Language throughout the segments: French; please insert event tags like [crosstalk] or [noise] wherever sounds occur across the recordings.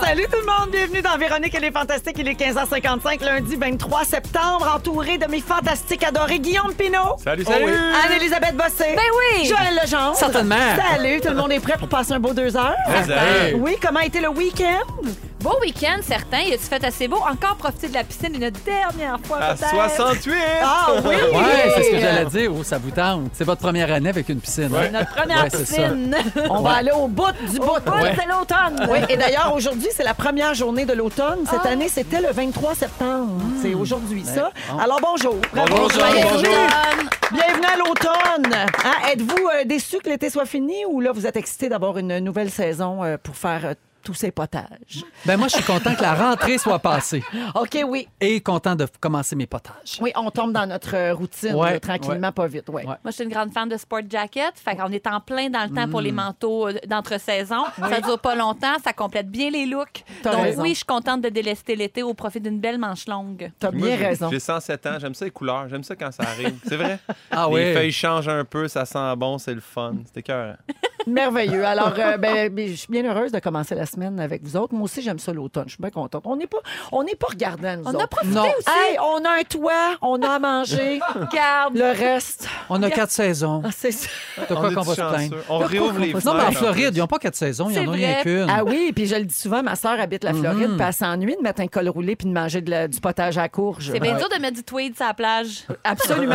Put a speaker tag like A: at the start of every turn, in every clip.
A: Salut tout le monde, bienvenue dans Véronique et les Fantastiques. Il est 15h55, lundi 23 septembre, entouré de mes fantastiques adorés Guillaume Pinault.
B: Salut, salut.
A: Anne-Elisabeth Bossé.
C: Ben oui.
A: Joël Legendre.
C: Certainement.
A: Salut, tout le monde est prêt pour passer un beau deux heures?
D: Hein,
B: Très heureux.
A: Oui, comment a été le week-end?
C: Beau week-end, certain. Il a-tu fait assez beau? Encore profiter de la piscine une dernière fois,
B: À
C: peut-être?
B: 68!
A: Ah oui!
D: Ouais, c'est ce que j'allais dire. Oh, ça vous tente. C'est votre première année avec une piscine. hein?
C: Notre première
D: Ouais, c'est ça.
C: piscine.
A: On va aller au bout du bout.
C: Au bout [laughs] de l'automne.
A: Oui, et d'ailleurs, aujourd'hui, c'est la première journée de l'automne. Cette
C: Ah.
A: année, c'était le 23 septembre. C'est aujourd'hui, ça. Alors, bonjour.
B: Bonjour,
C: Joyeux
B: bonjour.
C: automne.
A: Bienvenue à l'automne. Hein, Êtes-vous euh, déçu que l'été soit fini ou là, vous êtes excité d'avoir une nouvelle saison euh, pour faire euh, tous ces potages?
D: Ben moi, je suis content que la rentrée soit passée
A: OK, oui.
D: et content de commencer mes potages.
A: Oui, on tombe dans notre euh, routine
D: Ouais,
A: là, tranquillement,
D: ouais.
A: pas vite. Ouais.
D: Ouais.
C: Moi, je suis une grande fan de sport jacket. Fait qu'on est en plein dans le temps pour les manteaux euh, d'entre-saison. Ça dure pas longtemps. Ça complète bien les looks.
A: T'as
C: Donc
A: raison.
C: oui, je suis contente de délester l'été au profit d'une belle manche longue.
A: T'as
B: Moi,
A: bien
B: j'ai-
A: raison.
B: J'ai 107 ans, j'aime ça les couleurs, j'aime ça quand ça arrive. C'est vrai?
D: Ah
B: les
D: oui.
B: feuilles changent un peu, ça sent bon, c'est le fun. C'est écœurant.
A: Merveilleux. Alors, euh, ben, ben, je suis bien heureuse de commencer la semaine avec vous autres. Moi aussi, j'aime ça l'automne. Je suis bien contente. On n'est pas, on n'est pas regardant, nous
C: On
A: autres.
C: a profité
D: Non.
C: aussi.
A: Hey, on a un toit, on a à manger.
C: Regarde.
A: Le reste,
D: On a quatre saisons.
A: ah, c'est ça.
D: De
B: on
D: quoi
B: est
D: qu'on va se
B: chanceux.
D: plaindre?
B: On réouvre les fenêtres.
D: Non, mais en
B: plus.
D: Floride, ils n'ont pas quatre saisons. Ils
C: C'est
D: en ont rien
C: vrai.
D: qu'une.
A: Ah oui, puis je le dis souvent, ma sœur habite la Floride, puis elle s'ennuie de mettre un col roulé puis de manger de la- du potage à courge.
C: C'est bien dur de mettre du tweed sur la plage.
A: [laughs] Absolument.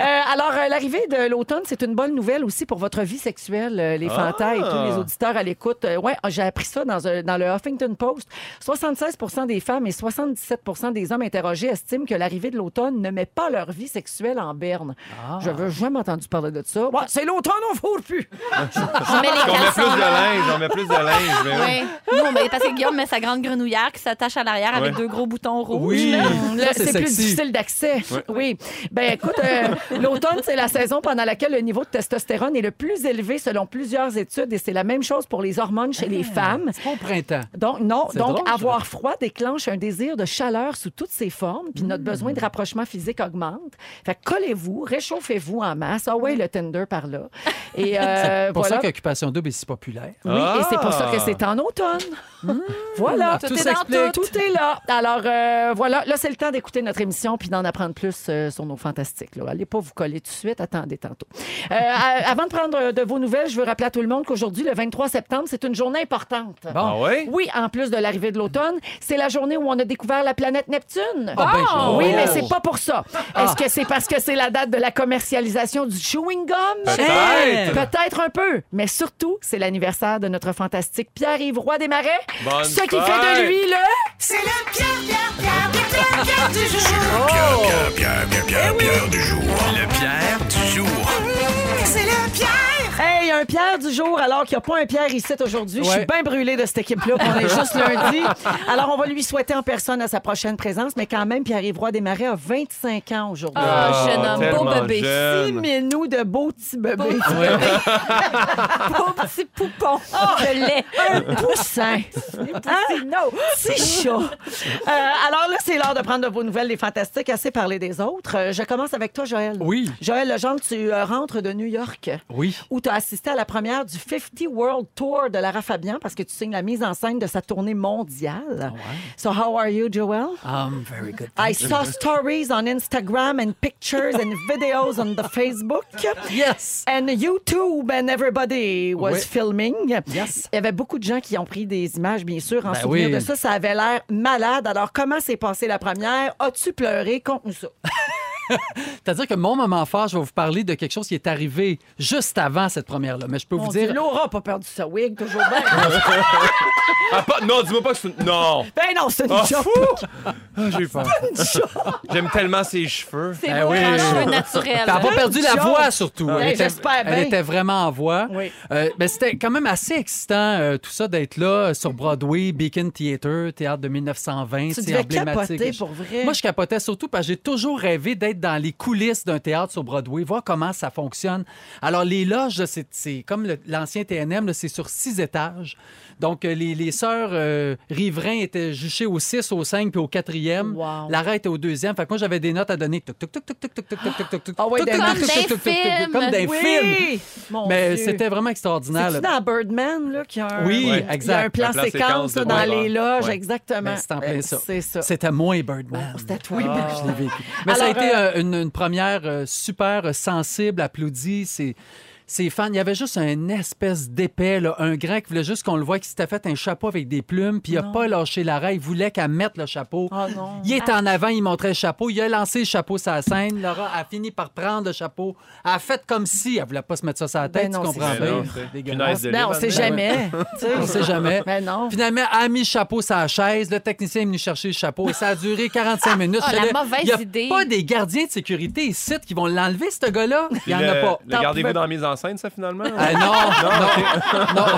A: Euh, alors, euh, l'arrivée de l'automne, c'est une bonne nouvelle aussi pour votre vie sexuelle, euh, les
B: Ah.
A: fantas et tous les auditeurs à l'écoute. Euh, ouais, j'ai appris ça dans, un- dans le Huffington Post. 76 des femmes et 77 des hommes interrogés estiment que l'arrivée de l'automne ne met pas leur vie sexuelle en berne. Je veux jamais entendu parler de ça. Ah! Ouais, c'est l'automne, on fourre plus.
C: On met les
B: On met plus
C: caleçons
B: de
C: longs.
B: linge, on met plus de linge. mais oui.
C: Oui. Non, mais parce que Guillaume met sa grande grenouillère qui s'attache à l'arrière avec
B: Ouais.
C: deux gros boutons rouges. [laughs]
D: Oui.
C: là.
A: Le-
D: Ça,
A: c'est
D: c'est
A: plus
D: sexy.
A: difficile d'accès. Oui. Ben écoute, euh, l'automne, c'est la saison pendant laquelle le niveau de testostérone est le plus élevé selon plusieurs études et c'est la même chose pour les hormones chez les femmes.
D: C'est pas au printemps.
A: Donc, non.
D: Ah. C'est
A: Donc,
D: drôle, ça.
A: avoir froid déclenche un désir de chaleur sous toutes ses formes, puis
D: Mm.
A: notre besoin de rapprochement physique augmente. Fait que collez-vous, réchauffez-vous en masse. Ah ouais, le Tinder par là. Et euh,
D: [laughs] C'est pour
A: voilà.
D: ça qu'Occupation double est si populaire.
A: Oui, et c'est pour ça que
B: Ah!
A: c'est en automne. Voilà.
D: Hmm. Ah, Tout
C: est dans
D: s'explique.
A: Tout est là. Alors, euh, voilà. Là, c'est le temps d'écouter notre émission puis d'en apprendre plus euh, sur nos fantastiques. Là. Allez pas vous coller tout de suite. Attendez tantôt. Euh, à- avant de prendre de vos nouvelles, je veux rappeler à tout le monde qu'aujourd'hui, le 23 septembre, c'est une journée importante.
D: Bon.
B: Ah oui?
A: Oui, en plus de l'arrivée de l'automne, c'est la journée où on a découvert la planète Neptune.
D: Ah, ben,
C: Oh!
A: Oui,
D: oh.
A: mais c'est pas pour ça. Est-ce que c'est parce que c'est la date de la commercialisation du chewing-gum?
B: Peut-être.
A: Peut-être un peu, mais surtout, c'est l'anniversaire de notre fantastique Pierre-Yves Roy des Marais,
B: Bonne
A: ce qui
B: fête.
A: fait de lui le...
E: C'est le Pierre, Pierre, Pierre, le Pierre, Pierre du jour. Eh
F: Pierre, Pierre, Pierre, Pierre, Pierre du jour. Le Pierre du jour.
E: C'est le Pierre.
A: Hey, un Pierre du jour, alors qu'il n'y a pas un Pierre ici aujourd'hui. Je suis
D: Ouais.
A: bien brûlée de cette équipe-là. puis On est [laughs] juste lundi. Alors, on va lui souhaiter en personne à sa prochaine présence, mais quand même, Pierre-Yves Roy des Marais a 25 ans aujourd'hui.
C: Ah,
B: Ah,
C: jeune homme, beau
B: tellement
C: bébé.
B: jeune.
A: nous de beaux petits bébés.
C: Beau petit poupon de lait.
A: Ah! [laughs] un poussin. Non, c'est chaud. Euh, alors là, c'est l'heure de prendre de vos nouvelles, les fantastiques, assez parler des autres. Euh, je commence avec toi, Joël.
D: [laughs] Oui.
A: Joël Legendre, tu euh, rentres de New York.
D: Oui.
A: Où tu as assisté à la première du 50 World Tour de Lara Fabian parce que tu signes la mise en scène de sa tournée mondiale. So, how are you, Joël?
D: I'm Um, very good.
A: I saw stories on Instagram and pictures and videos on the Facebook.
D: Yes.
A: And YouTube and everybody was
D: Oui.
A: filming.
D: Yes.
A: Il y avait beaucoup de gens qui ont pris des images, bien sûr, en
D: Ben
A: souvenir
D: oui.
A: de ça. Ça avait l'air malade. Alors, comment s'est passée la première? As-tu pleuré? Conte-nous ça.
D: C'est-à-dire que mon moment fort, je vais vous parler de quelque chose qui est arrivé juste avant cette première-là. Mais je peux
A: On
D: vous
A: dit,
D: dire.
A: Laura a pas perdu sa wig, toujours
D: [laughs]
A: bien.
B: Ah, pas- Non, dis-moi pas que c'est. une- Non!
A: ben non, c'est une
B: Ah,
A: joke.
B: fou! Ah, j'ai peur. J'aime tellement ses cheveux.
C: C'est
D: Eh
C: beau,
D: oui.
C: un cheveu naturel.
D: T'as
E: hein?
D: pas perdu la
A: Bonne
D: voix,
A: chose.
D: surtout.
A: Ouais,
D: elle, était,
A: j'espère
D: elle
A: bien.
D: était vraiment en voix.
A: Oui.
D: Euh, ben, C'était quand même assez excitant, euh, tout ça, d'être là euh, sur Broadway, Beacon Theatre, théâtre de 1920.
A: Tu
D: c'est
A: devais
D: emblématique.
A: capoter pour vrai.
D: Moi, je capotais surtout parce que j'ai toujours rêvé d'être dans les coulisses d'un théâtre sur Broadway, voir comment ça fonctionne. Alors, les loges, là, c'est- c'est comme le- l'ancien TNM, là, c'est sur six étages. Donc, euh, les, les sœurs euh, riverains étaient juchées au 6, au 5 puis au 4 quatrième.
A: Wow.
D: L'arrêt était au deuxième. Fait que moi, j'avais des notes à donner. Toc, toc, toc, toc, toc, toc, toc, toc, toc, toc, toc,
A: Ah ouais,
D: toc, toc,
A: comme
D: toc,
A: d'un
D: toc, toc, toc, toc,
C: film.
D: [laughs] Comme d'un film.
A: Oui! Mon
D: Mais
A: Dieu.
D: Ben, c'était vraiment extraordinaire.
A: C'est-tu
D: là.
A: dans Birdman, là, qu'il y a un,
D: Oui,
A: il y a
D: exact.
A: un plan
B: Un plan
A: séquence
B: séquence
A: là,
B: de
A: dans
B: Birdman.
A: les loges,
B: Ouais.
A: exactement. Ben,
D: Mais Ben, c'est en plein ça.
A: C'est ça.
D: C'était moins Birdman.
A: C'était toi,
D: Ah,
A: Birdman.
D: je l'ai vécu. Mais ça a
A: Alors,
D: été euh, une, une première euh, super euh, sensible, applaudie. C'est. Ses fans, il y avait juste un espèce d'épais, là, un grec qui voulait juste qu'on le voit, qui s'était fait un chapeau avec des plumes, puis il n'a pas lâché l'arrêt. Il voulait qu'elle mette le chapeau.
A: Ah non.
D: Il est en avant, il montrait le chapeau, il a lancé le chapeau sur la scène. Laura a fini par prendre le chapeau. Elle a fait comme si elle voulait pas se mettre ça sur la tête,
A: Ben non,
D: tu comprends
A: c'est
B: Mais
D: bien?
B: non, c'est
D: Dégueulasse.
B: punaise de
A: Non, Ben, on
B: lit.
A: sait jamais. tu sais.
D: [laughs] On sait jamais.
A: Mais non.
D: Finalement, elle a mis le chapeau sur la chaise. Le technicien est venu chercher le chapeau. Et ça a duré 45 minutes.
C: Ah, la
D: J'étais là,
C: mauvaise
D: Il y a
C: idée.
D: pas des gardiens de sécurité ici qui vont l'enlever, ce gars-là. Il y en a
B: Le-
D: pas.
B: Le gardez-vous dans la mise en scène, ça, finalement?
D: Ah, [laughs] non, non, non.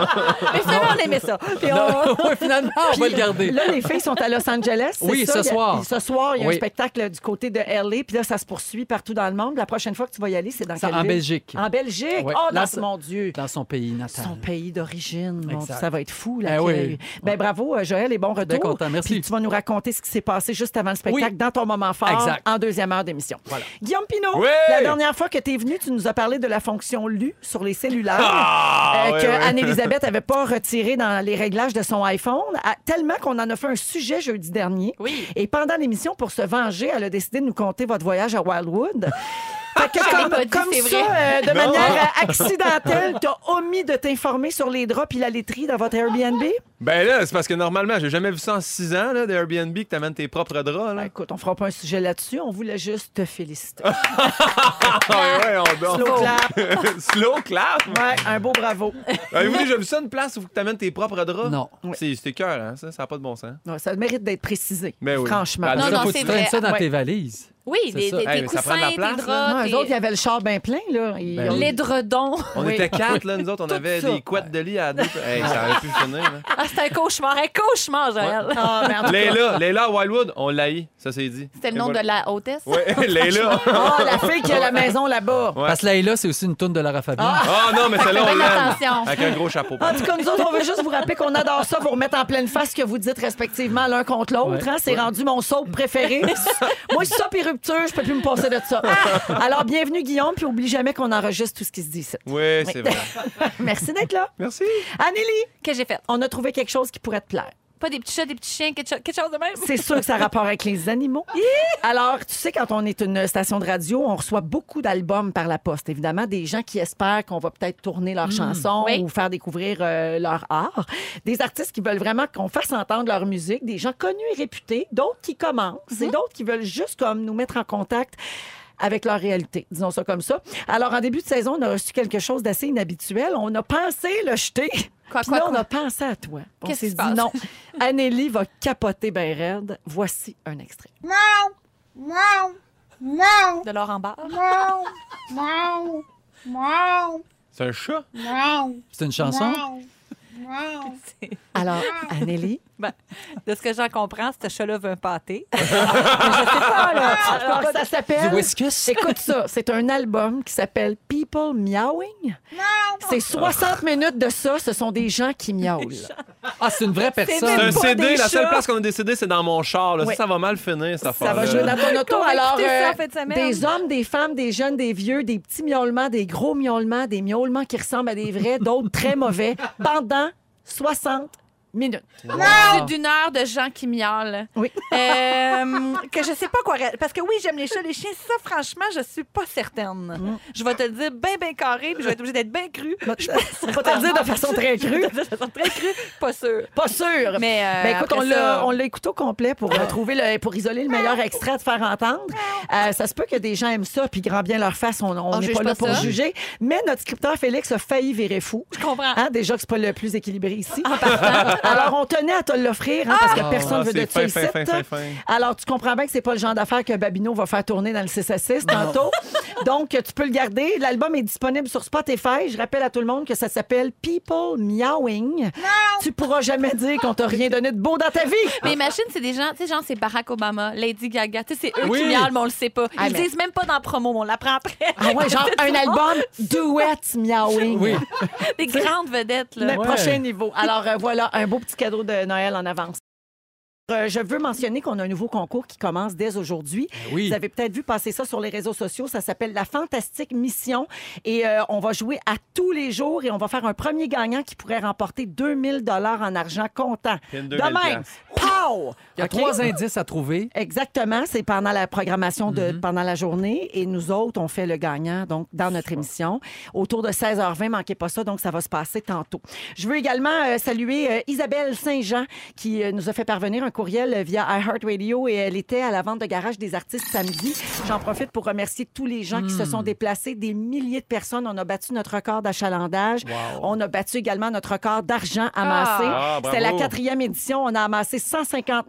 A: Mais finalement, on aimait ça. Puis on-
D: Ouais, finalement, [laughs] on va le garder.
A: Là, les filles sont à Los Angeles. c'est
D: Oui,
A: ça?
D: ce
A: Il y a-
D: soir.
A: Ce soir, il y a
D: Oui.
A: un spectacle du côté de LA, puis là, ça se poursuit partout dans le monde. La prochaine fois que tu vas y aller, c'est dans
D: Ça,
A: quelle
D: en
A: ville?
D: Belgique.
A: En Belgique?
D: Ouais.
A: Oh,
D: Là,
A: dans-
D: ça-
A: mon Dieu!
D: Dans son pays natal.
A: Son pays d'origine. Mon
D: Exact.
A: Dieu, ça va être fou.
D: Eh
A: Là,
D: oui. Ben,
A: qu'il- ben, bravo, euh, Joël, et bon retour.
D: content, merci.
A: Puis tu vas nous raconter ce qui s'est passé juste avant le spectacle
D: Oui.
A: dans ton moment fort
D: Exact.
A: en deuxième heure d'émission. Guillaume Pinot,
B: Oui.
A: la dernière fois que tu es venu, tu nous as parlé de la fonction lue sur les cellulaires
B: Ah,
A: euh,
B: oui,
A: que
B: oui.
A: Anne-Elisabeth n'avait
B: [laughs]
A: pas retiré dans les réglages de son iPhone, à- tellement qu'on en a fait un sujet jeudi dernier.
C: Oui.
A: Et pendant l'émission, pour se venger, elle a décidé de nous conter votre voyage à Wildwood. Fait que
C: Je l'ai
A: comme,
C: pas dit,
A: comme
C: c'est
A: ça, euh, de
B: Non.
A: manière
B: [laughs]
A: euh, accidentelle, t'as omis de t'informer sur les draps puis la laiterie dans votre Airbnb?
B: Ben là, c'est parce que normalement, j'ai jamais vu ça en 6 ans, là, d'Airbnb, que t'amènes tes propres draps,
A: Ben,
B: là.
A: écoute, on fera pas un sujet là-dessus, on voulait juste te féliciter.
B: Oh. Ah, ouais, on
A: Slow clap.
B: [laughs] Slow clap!
A: Ouais, un beau bravo.
B: Avez-vous déjà vu ça, une place où t'amènes tes propres draps?
D: Non.
A: Oui.
B: C'est c'est cœur, hein, ça, ça n'a pas de bon sens.
A: Ouais, ça mérite d'être précisé,
B: Ben oui.
A: franchement.
B: Ben,
C: Non,
D: Là,
C: non,
D: faut que
C: c'est
D: tu traînes
C: vrai.
D: ça dans
A: Ouais.
D: tes valises.
C: Oui, des,
D: ça.
C: des,
B: Hey,
C: des
B: mais ça prend
C: coussins,
B: de la
C: des
B: place,
C: draps,
A: Non,
C: des-
A: eux autres, il y avait le char bien plein, là. Ils
D: Ben
A: ont-
D: oui.
C: les dredons.
B: On
A: Oui.
B: était quatre, là, nous autres, on avait
A: ça.
B: des couettes de lit à deux. Hey, ça aurait pu finir, hein.
A: [laughs]
B: là.
C: Ah, c'est un cauchemar, un cauchemar, Joël.
A: Ah, merde.
B: Layla, Layla à Wildwood, on l'a eu, ça c'est dit.
C: C'était le nom de la hôtesse.
B: Ouais, [laughs] Layla.
A: Ah, la fille qui a la maison là-bas.
B: Ouais.
D: Parce que là, c'est aussi une tourne de Lara Fabian.
B: Ah non, mais celle-là, on
C: Faites
B: l'a.
C: attention. Ah.
B: Avec un gros chapeau.
A: En tout cas, nous autres, on veut juste vous rappeler qu'on adore ça, vous remettre en pleine face ce que vous dites respectivement l'un contre l'autre. hein. C'est rendu mon soap préféré. Moi, ça puis rupture, je peux plus me passer de ça. Alors, bienvenue, Guillaume, puis oublie jamais qu'on enregistre tout ce qui se dit ici.
B: Oui, c'est vrai.
A: Merci d'être là.
B: Merci.
A: Anélie,
C: Que j'ai fait.
A: on a trouvé quelque chose qui pourrait te plaire.
C: Pas des petits chats, des petits chiens, quelque cho- quelque chose de même.
A: C'est sûr que ça a rapport avec les
C: [laughs]
A: animaux. Alors, tu sais, quand on est une station de radio, on reçoit beaucoup d'albums par la poste. Évidemment, des gens qui espèrent qu'on va peut-être tourner leurs chansons
C: Mm. Oui.
A: ou faire découvrir euh, leur art. Des artistes qui veulent vraiment qu'on fasse entendre leur musique, des gens connus et réputés, d'autres qui commencent et
C: Mm-hmm.
A: d'autres qui veulent juste comme nous mettre en contact avec leur réalité, disons ça comme ça. Alors, en début de saison, on a reçu quelque chose d'assez inhabituel. On a pensé le jeter.
C: Quoi,
A: Puis
C: quoi,
A: là,
C: quoi?
A: on a pensé à toi. On
C: Qu'est-ce
A: s'est
C: qui se
A: dit
C: passe?
A: non. Anélie va capoter ben raide. Voici un extrait.
E: Miau, miau, miau,
C: De l'or en barre.
E: miau, miau, miau,
B: C'est un chat?
E: miau,
D: C'est une chanson?
E: miau, miau.
A: Alors,
C: [laughs]
A: Anélie,
C: Ben, de ce que j'en comprends, ce chat-là veut un pâté. Ah,
A: alors, ça s'appelle...
D: Du whiskus?
A: Écoute ça, c'est un album qui s'appelle People Meowing. C'est
C: Ah.
A: 60 minutes de ça, ce sont des gens qui miaulent.
D: Ah, c'est une vraie
B: C'est un
D: personne.
C: même- Pas
B: CD.
C: des
B: La seule
C: chats.
B: place qu'on a décidé, c'est dans mon char. là.
A: Oui.
B: Ça, ça va mal finir, cette
A: Ça va
B: affaire-là. Ah,
A: jouer dans ton auto.
C: On va
A: Alors,
C: écouter ça
A: euh,
C: en fin de semaine.
A: des hommes, des femmes, des jeunes, des vieux, des petits miaulements, des gros miaulements, des miaulements qui ressemblent à des vrais, d'autres très mauvais, pendant 60 minutes.
C: Plus d'une heure de gens qui miaulent.
A: Oui.
C: [laughs] Euh, que je sais pas quoi. ré- Parce que oui, j'aime les chats, les chiens. Ça, franchement, je suis pas certaine.
A: Mm.
C: Je vais te le dire bien, bien carré, puis je vais être obligée d'être bien crue. [laughs]
A: Je vais te le dire de façon très crue.
C: très crue, pas sûre.
A: Pas sûr.
C: Mais euh,
A: Ben, écoute,
C: après
A: on l'a,
C: ça-
A: on l'a écouté au complet pour euh, trouver le, pour isoler le meilleur extrait à te faire entendre. Euh, ça se peut que des gens aiment ça, puis grand bien leur face, on- on
C: On
A: n'est
C: juge
A: pas là
C: pas
A: pour
C: ça.
A: juger. Mais notre scripteur Félix a failli virer fou.
C: [laughs] Je comprends.
A: Hein, déjà que c'est pas le plus équilibré ici.
C: Ah.
A: Alors, on tenait à te l'offrir hein, parce que personne
B: Ah,
A: veut de
B: c'est
A: toi
B: fin,
A: ici.
B: fin, fin, fin,
C: hein.
B: fin.
A: Alors, tu comprends bien que c'est pas le genre d'affaire que Babino va faire tourner dans le 6 à 6 tantôt. [laughs] Donc, tu peux le garder. L'album est disponible sur Spotify. Je rappelle à tout le monde que ça s'appelle People Meowing. Tu pourras jamais dire qu'on t'a rien donné de beau dans ta vie.
C: Mais imagine, c'est des gens, tu sais, genre, c'est Barack Obama, Lady Gaga, tu sais, c'est eux
D: Oui.
C: qui miaulent, mais on le sait pas. Ils
A: Ah,
C: le
A: mais-
C: disent même pas dans la promo, mais on l'apprend après.
A: Ah ouais, genre un album duet meowing.
D: Oui.
A: Ah,
C: Des grandes vedettes, là.
A: Le
D: Ouais.
A: prochain niveau. Alors euh, voilà, un beau petit cadeau de Noël en avance. Euh, je veux mentionner qu'on a un nouveau concours qui commence dès aujourd'hui.
D: Ben oui.
A: Vous avez peut-être vu passer ça sur les réseaux sociaux. Ça s'appelle La Fantastique Mission. Et euh, on va jouer à tous les jours et on va faire un premier gagnant qui pourrait remporter 2000 en argent comptant.
B: Pin
A: De
B: 2000
A: même. Pow!
D: Il y a
A: OK?
D: trois indices à trouver.
A: Exactement, c'est pendant la programmation de
B: Mhm.
A: pendant la journée et nous autres on fait le gagnant donc dans notre émission autour de 16h20 manquez pas ça donc ça va se passer tantôt. Je veux également euh, saluer euh, Isabelle Saint-Jean qui euh, nous a fait parvenir un courriel euh, via iHeartRadio et elle était à la vente de garage des artistes samedi. J'en profite pour remercier tous les gens qui se
B: Hmm.
A: sont déplacés, des milliers de personnes, on a battu notre record d'achalandage. On a battu également notre record d'argent amassé.
B: Ah,
A: C'était la
B: bravo.
A: quatrième édition, on a amassé 150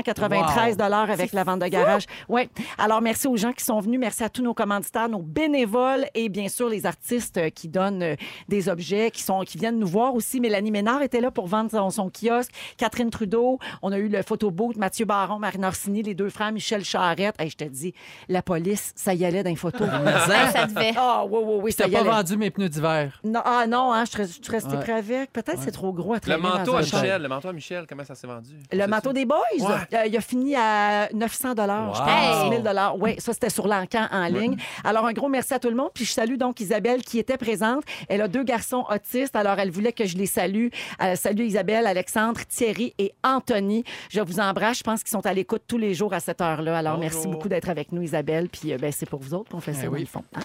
A: 393 dollars avec la vente de garage. Ouais. Alors merci aux gens qui sont venus, merci à tous nos commanditaires, nos bénévoles et bien sûr les artistes euh, qui donnent euh, des objets, qui sont qui viennent nous voir aussi. Mélanie Ménard était là pour vendre son, son kiosque. Catherine Trudeau, on a eu le photo boot, Mathieu Baron, Marine Orsini, les deux frères Michel Charette. Hey, je te dis, la police, ça y allait d'un
D: [laughs]
A: photo.
E: Ah, ça devait.
A: Ah oui oui oui,
D: hein? T'as
A: ça y
D: pas
A: allait.
D: vendu mes pneus d'hiver.
A: Non, ah non, hein, je serais, je serais restée
D: Ouais.
A: près avec. Peut-être c'est trop gros à
B: Le
A: traîner dans
B: manteau
A: un
B: à
A: char.
B: Michel, le manteau à Michel, comment ça s'est vendu?
A: Le manteau des boys,
B: Ouais.
A: euh, il a fini à 900 dollars, je pense,
E: Wow.
A: 10 dollars. Oui, ça c'était sur l'encan en ligne. Alors un gros merci à tout le monde, puis je salue donc Isabelle qui était présente. Elle a deux garçons autistes, alors elle voulait que je les salue. Euh, salut Isabelle, Alexandre, Thierry et Anthony. Je vous embrasse, je pense qu'ils sont à l'écoute tous les jours à cette heure-là. Alors merci
B: Bonjour.
A: beaucoup d'être avec nous Isabelle, puis euh, ben, c'est pour vous autres qu'on fait ça
D: Eh
A: dans
D: oui.
A: le fond, hein.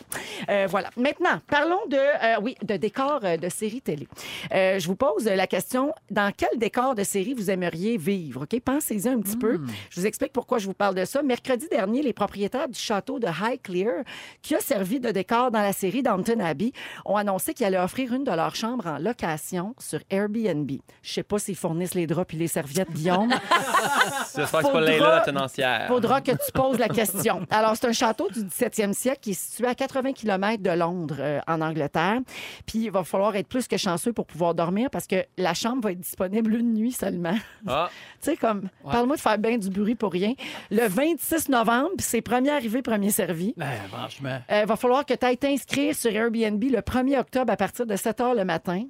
A: Euh, voilà. Maintenant, parlons de euh, oui, de décors euh, de séries télé. Euh, je vous pose la question dans quel décor de série vous aimeriez vivre OK, pensez-y un petit peu. Je vous explique pourquoi je vous parle de ça. Mercredi dernier, les propriétaires du château de Highclere qui a servi de décor dans la série Downton Abbey ont annoncé qu'ils allaient offrir une de leurs chambres en location sur Airbnb. Je sais pas s'ils fournissent les draps puis les serviettes Guillaume.
B: J'espère que c'est pas
A: Faudra-
B: Leila, la tenancière.
A: Faudra que tu poses la question. Alors, c'est un château du 17e siècle qui est situé à 80 km de Londres, euh, en Angleterre. Puis, il va falloir être plus que chanceux pour pouvoir dormir parce que la chambre va être disponible une nuit seulement. [laughs]
B: Ah,
A: Tu sais, comme, parle-moi de faire bien du bruit pour rien. Le 26 novembre, c'est premier arrivé, premier servi.
D: Ben, franchement.
A: Il va falloir que tu ailles t'inscrire sur Airbnb le 1er octobre à partir de 7 h le matin.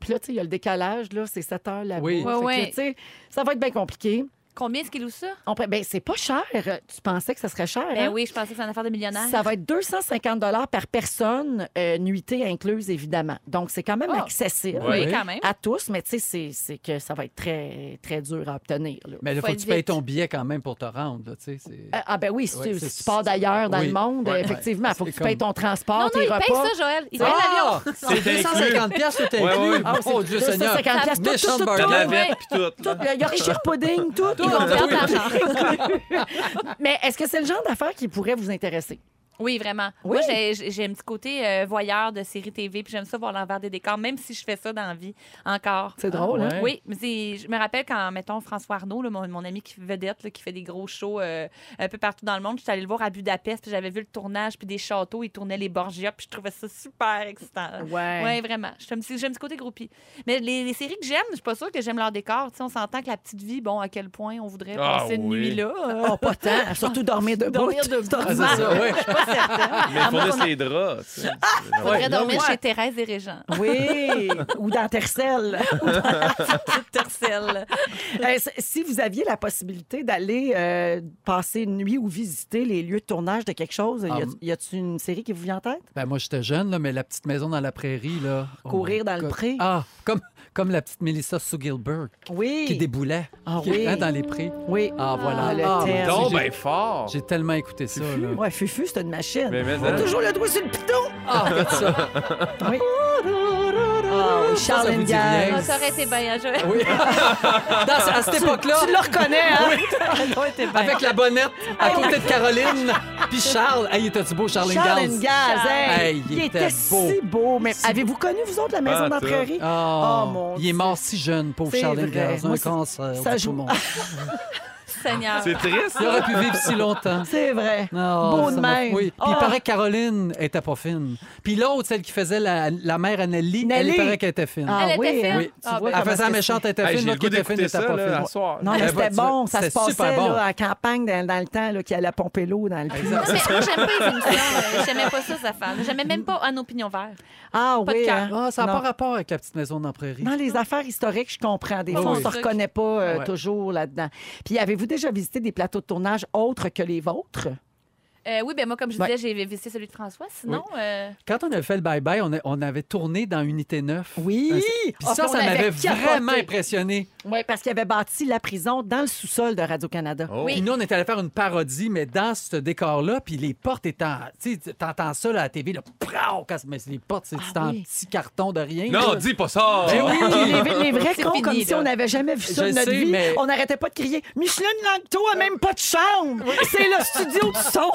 A: Puis là, tu sais, il y a le décalage, là, c'est 7 h là-bas.
D: Oui.
A: Fait que,
E: Ouais, ouais.
A: tu sais, Ça va être bien compliqué.
E: Combien est-ce qu'il loue ça?
A: On pourrait- ben, c'est pas cher. Tu pensais que ça serait cher.
E: Ben
A: hein?
E: oui, je pensais que c'était une affaire de millionnaire.
A: Ça va être 250 dollars par personne, euh, nuitée incluse, évidemment. Donc, c'est quand même
E: Ah.
A: accessible
E: Oui,
D: Ouais.
E: quand même.
A: à tous, mais tu sais, c'est- c'est que ça va être très, très dur à obtenir. là.
D: Mais il
E: Faut
D: faut que
E: être
D: tu payes
E: vite.
D: ton billet quand même pour te rendre. là, tu sais, c'est-
A: Euh, Ah ben oui, si,
D: Ouais,
A: tu,
D: c'est-
A: si tu pars d'ailleurs dans
D: oui.
A: le monde,
D: Ouais.
A: effectivement, il faut que
D: C'est
A: tu payes
D: comme-
A: ton transport,
E: Non, non,
A: Ah, tes
E: il
A: repas.
E: paye ça, Joël. Il paye
D: Ah!
E: l'avion.
D: C'est
C: [laughs]
D: 250 pièces tout
B: Ouais, ouais,
D: inclus.
B: ouais.
D: Oh, Dieu Seigneur.
A: 250 piastres, tout,
D: Méchante
A: tout, tout,
B: t'as de
D: bargain.
B: la
E: Ouais.
B: vette puis tout.
A: Tout, Il y a Richard Pudding, tout. ils
E: Ils
A: vont
E: vont perdre
A: faire-
E: l'argent.
A: [laughs] Mais est-ce que c'est le genre d'affaires qui pourrait vous intéresser?
E: Oui, vraiment.
A: Oui.
E: Moi, j'ai- j'ai j'ai un petit côté euh, voyeur de séries TV, puis j'aime ça voir l'envers des décors, même si je fais ça dans la vie encore.
A: C'est drôle, hein?
D: ouais.
E: Oui, mais c'est- je me rappelle quand, mettons, François Arnault, là, mon, mon ami qui vedette, là, qui fait des gros shows euh, un peu partout dans le monde, je suis allée le voir à Budapest, puis j'avais vu le tournage, puis des châteaux, il tournait les Borgia, puis je trouvais ça super excitant. là.
A: Ouais.
E: Ouais, vraiment. Je suis un petit- J'aime ce côté groupie. Mais les, les séries que j'aime, je suis pas sûre que j'aime leur décor. Tu sais, on s'entend que la petite vie, bon, à quel point on voudrait
B: Ah
E: passer une
B: oui.
E: nuit là. euh,
A: Oh, pas tant. Surtout dormir debout.
E: Dormir debout.
A: C'est
D: Ah, c'est
A: ordinaire.
D: ça, ouais.
B: Mais ils fournissent les draps. tu sais.
E: faudrait
D: Ouais,
E: dormir
D: non,
E: chez Thérèse et Régent.
A: Oui, ou dans
D: [laughs]
A: Tercel.
E: Tercel.
A: Euh, c- si vous aviez la possibilité d'aller euh, passer une nuit ou visiter les lieux de tournage de quelque chose, y a-
D: Ah,
A: y a-t-il une série qui vous vient en tête?
D: Ben, moi, j'étais jeune, là, mais la petite maison dans la prairie. Là, oh
A: Courir
D: my
A: dans le
D: God.
A: pré.
D: Ah, comme, comme la petite Melissa Sue Gilbert
A: Oui.
D: qui déboulait
A: Ah
D: qui-
A: oui.
D: hein, dans les prés.
A: Oui.
D: Ah, voilà.
A: Ah, le
D: Ah,
A: thème.
D: mon
B: Donc,
D: Dieu,
B: ben fort.
D: j'ai- J'ai tellement écouté ça. là.
A: Ouais, Fufu, c'est une machine.
B: Mais, mais,
A: On a
B: hein.
A: toujours le doigt sur le piton. [laughs]
D: Ah, regarde ça.
A: Oui. Ah, oui,
D: Ça, ça
A: Charles
D: vous dit
A: Indian.
D: rien.
E: Ah, Ça aurait été bien,
B: [laughs]
E: Joël.
A: [laughs]
D: Oui. Dans- à cette époque-là,
A: Tu le reconnais, hein? [laughs]
D: avec la bonnette à côté de Caroline, puis Charles. Hey, il était-tu beau, Charles
A: Charles
D: Ingalls?
A: Ingalls, hey.
D: Hey, il
A: il était,
D: était beau.
A: si beau. Mais avez-vous connu, vous autres, la maison
B: Ah,
A: dans la
B: ça.
A: prairie?
D: Oh,
A: Oh, mon
D: il est mort si jeune, pauvre
A: C'est
D: Charles
A: vrai.
D: Ingalls.
A: Moi,
D: Un
A: ça-
D: cancer
A: ça
D: du
A: joue-
D: poumon.
E: Seigneur.
B: C'est triste.
D: Il aurait pu vivre si longtemps.
A: C'est vrai.
D: Non,
A: Beau
D: ça
A: de
D: m'a-
A: même.
D: Oui. Puis il
A: Ah.
D: paraît que Caroline était pas fine. Puis l'autre, celle qui faisait la, la mère à Nelly,
A: Nelly.
D: elle il paraît qu'elle était fine.
A: Ah
E: Elle était
A: oui,
E: fine?
A: hein?
D: Oui.
A: Tu
E: Ah,
A: vois
E: ben,
D: elle
A: comment
D: faisait la
A: c'est-
D: méchante, elle était
B: Hey,
D: fine.
B: J'ai le
D: L'autre qui
B: goût
D: était fine,
B: d'écouter
D: elle
B: ça,
D: était pas
B: là, à
D: fine.
B: soir.
A: Non, mais
D: Elle va
A: c'était
D: te-
A: bon, ça se
D: c'était super
A: passait
D: bon.
A: là, à campagne dans, dans le temps là, qu'elle a pompé l'eau dans le puits.
E: Non, mais moi, j'aime pas les émissions. euh, J'aimais pas ça, sa femme. J'aimais même pas En opinion verte.
A: Ah
E: Pas de
A: oui,
E: cœur.
A: hein?
D: Ah, ça n'a
A: Non.
D: pas rapport avec la petite maison dans la prairie.
A: Non, les affaires historiques, je comprends. Des
D: Ah
A: fois, on
D: oui.
A: se reconnaît pas euh,
D: Ouais.
A: toujours là-dedans. Puis, avez-vous déjà visité des plateaux de tournage autres que les vôtres?
E: Euh, oui, ben moi, comme je
A: Ouais.
E: disais, j'ai visité celui de François. Sinon, euh,
D: Quand on a fait le bye-bye, on, a- on avait tourné dans Unité 9.
A: Oui! Ah,
D: Puis ça, ça m'avait vraiment impressionné.
A: Oui, parce qu'il avait bâti la prison dans le sous-sol de Radio-Canada.
B: Oh.
E: Oui.
D: Puis nous, on est allé faire une parodie, mais dans ce décor-là, puis les portes étant. Tu sais, t'entends ça là, à la TV, là, prou, quand- mais les portes, c'est c'est en
A: Ah oui.
D: petit carton de rien.
B: Non,
D: là.
B: dis pas ça.
A: Et Eh oui, les, les vrais
E: C'est
A: cons,
E: fini,
A: comme si
E: là.
A: on n'avait jamais vu ça
D: Je
A: de notre
D: sais,
A: vie.
D: mais-
A: On n'arrêtait pas de crier Micheline Langto a même pas de chambre C'est le studio du son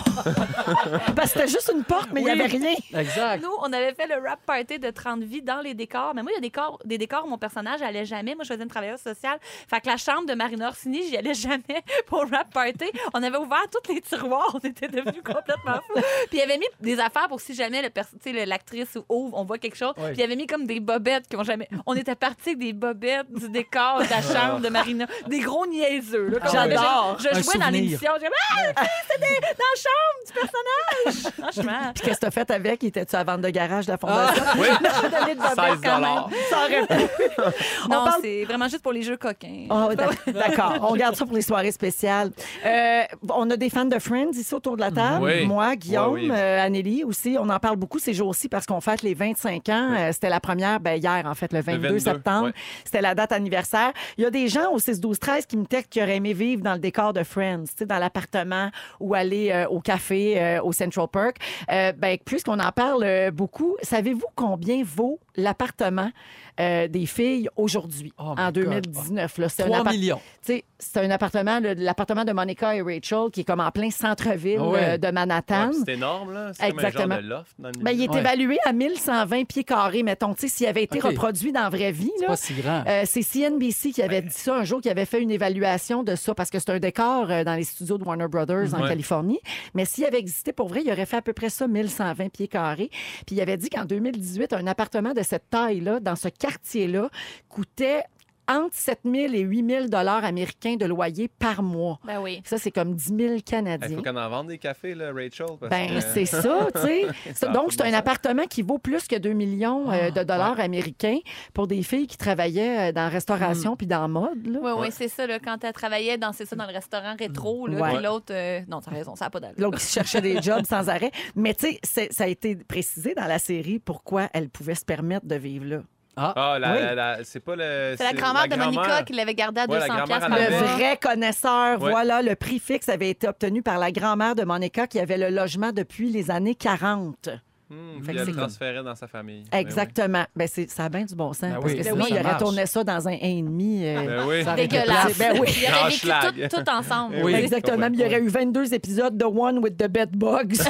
A: Parce que c'était juste une porte, mais il n'y avait rien.
D: Exact.
E: nous, on avait fait le rap party de 30 vies dans les décors. Mais moi, il y a des, corps- des décors où mon personnage allait jamais. Moi, je faisais une travailleuse sociale. Fait que la chambre de Marina Orsini, j'y allais jamais [laughs] pour rap party. On avait ouvert tous les tiroirs. On était devenus complètement fous. Puis il avait mis des affaires pour si jamais le pers- tu sais, le- l'actrice ouvre, on voit quelque chose.
D: Ouais.
E: Puis il avait mis comme des bobettes qui ont jamais. On était partis avec des bobettes du décor
D: Ah.
E: de la chambre de Marina. Des gros niaiseux. là, comme-
A: J'adore.
E: Je
D: Un
E: jouais
D: souvenir.
E: dans l'émission. J'ai ah, tu sais, c'était dans la chambre du personnage. Franchement.
A: Puis qu'est-ce que t'as fait avec? Il était-tu à vendre de garage de la fondation?
B: Oui.
A: J'ai donné de bobette
B: 16
A: quand même. Ça aurait pu.
E: [laughs]
A: On
E: Non,
A: parle-
E: c'est vraiment juste pour les jeux coquins.
A: Ah, d'ac- D'accord. On garde ça pour les soirées spéciales. Euh, on a des fans de Friends ici autour de la table.
B: Oui.
A: Moi, Guillaume,
B: Oui, oui.
A: euh, Anneli aussi. On en parle beaucoup ces jours-ci parce qu'on fête les 25 ans. Euh, C'était la première, ben, hier, en fait, le 22,
B: 22,
A: septembre.
B: ouais.
A: C'était la date anniversaire. Il y a des gens au 6-12-13 qui me textent qui auraient aimé vivre dans le décor de Friends, tu sais, dans l'appartement ou aller euh, au café euh, au Central Park. Euh, ben, puisqu'on en parle euh, beaucoup, savez-vous combien vaut l'appartement euh, des filles aujourd'hui,
D: Oh my
A: en
D: God.
A: 2019? là? C'est un
D: 3
A: appart-
D: millions.
A: tu sais, c'est un appartement, le- l'appartement de Monica et Rachel, qui est comme en plein centre-ville
D: Ah ouais.
A: euh, de
B: Ouais,
A: Manhattan.
B: puis C'est énorme, là. C'est comme un genre
A: Exactement.
B: de loft. Dans le
A: Ben, il est
D: Ouais.
A: évalué à 1120 pieds carrés, mettons. Tu sais, s'il avait été
D: Ok.
A: reproduit dans la vraie vie,
D: C'est
A: là,
D: pas si grand.
A: euh, c'est CNBC qui avait dit ça un jour, qui avait fait une évaluation de ça, parce que c'est un décor euh, dans les studios de Warner Brothers en
B: Ouais.
A: Californie. Mais s'il avait existé pour vrai, il aurait fait à peu près ça, 1120 pieds carrés. Puis il avait dit qu'en 2018, un appartement de cette taille-là, dans ce quartier-là, coûtait entre 7 000 et 8 000 dollars américains de loyer par mois.
E: Ben oui.
A: Ça, c'est comme 10 000
B: Il faut
A: Canadiens.
B: qu'on en vende des cafés, là, Rachel. parce
A: Ben,
B: que-
A: c'est ça, tu sais.
B: [laughs] Ça a
A: Donc,
B: pas
A: c'est
B: de
A: un
B: bon Ah,
A: appartement qui vaut plus que 2 millions euh, de dollars américains pour des filles qui travaillaient euh, dans la restauration
B: Mm.
A: puis dans la mode. là.
E: Oui, oui, c'est ça, là, quand elle travaillait dans, c'est ça, dans le restaurant rétro, là,
A: Mm. Ouais.
E: puis l'autre, euh, non, t'as raison, ça n'a pas d'allure.
A: L'autre qui cherchait
B: [laughs]
A: des jobs sans arrêt. Mais tu sais, c'est- ça a été précisé dans la série pourquoi elle pouvait se permettre de vivre là.
B: Ah, la,
A: Oui.
B: la- la- c'est pas le.
E: C'est la grand-mère de Monica qui l'avait gardée à
B: Ouais, la
E: 200
B: grand-mère,
E: piastres
B: elle
E: par
A: Le
B: avait-
E: mois.
A: vrai connaisseur,
B: Ah Ouais.
A: voilà, le prix fixe avait été obtenu par la grand-mère de Monica qui avait le logement depuis les années 40.
B: Hmm,
A: Fait
B: puis
A: que
B: elle
A: c'est
B: le
A: comme-
B: transférait dans sa famille. Ben oui.
A: Exactement. Ben, c'est, ça a bien du bon sens.
D: Ben
A: parce
D: oui,
A: que
D: ben
A: sinon,
D: oui.
A: il
D: Ça
A: aurait
D: marche.
A: tourné ça dans un an et demi. euh,
B: Ben oui.
D: Ça aurait été
E: Dégueulasse.
A: Ben oui.
E: Il aurait vécu
B: Grand-schlag.
E: tout, tout ensemble. Ben,
B: Oui.
A: Exactement. mais Il y aurait eu 22 épisodes de One with the Bed Bugs.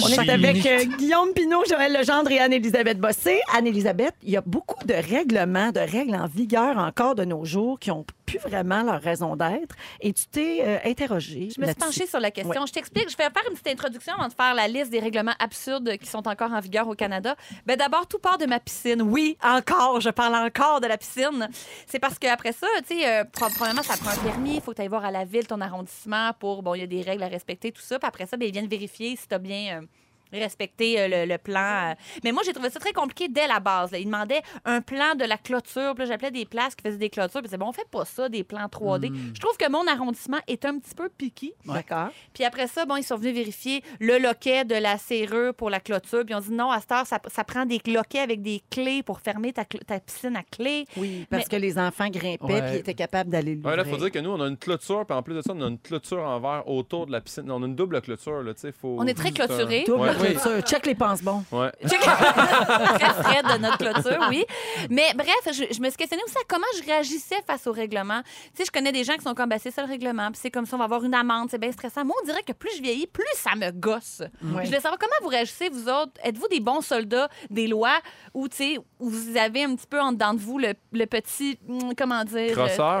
A: On est
D: Chaque
A: avec
D: minute.
A: euh, Guillaume Pinot, Joël Legendre et Anne-Élisabeth Bossé. Anne-Élisabeth, il y a beaucoup de règlements, de règles en vigueur encore de nos jours qui n'ont plus vraiment leur raison d'être. Et tu t'es euh, interrogée.
E: Je me suis
A: là-dessus.
E: penchée sur la question. Je t'explique. Je vais faire une petite introduction avant de faire la liste des règlements absurdes qui sont encore en vigueur au Canada. Ben d'abord, tout part de ma piscine. Oui, encore. Je parle encore de la piscine. C'est parce qu'après ça, tu sais, euh, pro- premièrement, ça prend un permis. Il faut aller voir à la ville ton arrondissement pour. Bon, il y a des règles à respecter, tout ça. Puis après ça, ben, ils viennent vérifier si tu as bien. euh, respecté euh, le, le plan. euh. Mais moi, j'ai trouvé ça très compliqué dès la base. là. Ils demandaient un plan de la clôture. Puis là, j'appelais des places qui faisaient des clôtures. Puis c'est bon, on fait pas ça, des plans 3D. Je trouve que mon arrondissement est un petit peu piqué.
A: D'accord.
E: Puis après ça, bon, ils sont venus vérifier le loquet de la serrure pour la clôture. Puis on dit non, à cette heure, ça, ça prend des loquets avec des clés pour fermer ta, cl- ta piscine à clé.
A: Oui, parce que les enfants grimpaient
D: Ouais.
A: puis ils étaient capables d'aller
B: Ouais, là,
A: l'ouvrir.
B: faut dire que nous, on a une clôture, puis en plus de ça, on a une clôture en verre autour de la piscine. On a une double clôture, là, tu sais. Faut...
E: On est très
B: c'est un-
E: clôturés.
A: Double
B: Ouais.
A: clôture. Check les penses bon.
B: Ouais.
E: Check. [laughs] très frais de notre clôture, oui. Mais bref, je, je me suis questionnée aussi à comment je réagissais face au règlement. Tu sais, je connais des gens qui sont comme, ben, c'est ça le règlement, puis c'est comme ça, on va avoir une amende, c'est bien stressant. Moi, on dirait que plus je vieillis, plus ça me gosse.
A: Ouais.
E: Je voulais savoir comment vous réagissez, vous autres. Êtes-vous des bons soldats des lois ou, tu sais, où vous avez un petit peu en dedans de vous le, le petit, hum, comment dire,
B: Crosseur,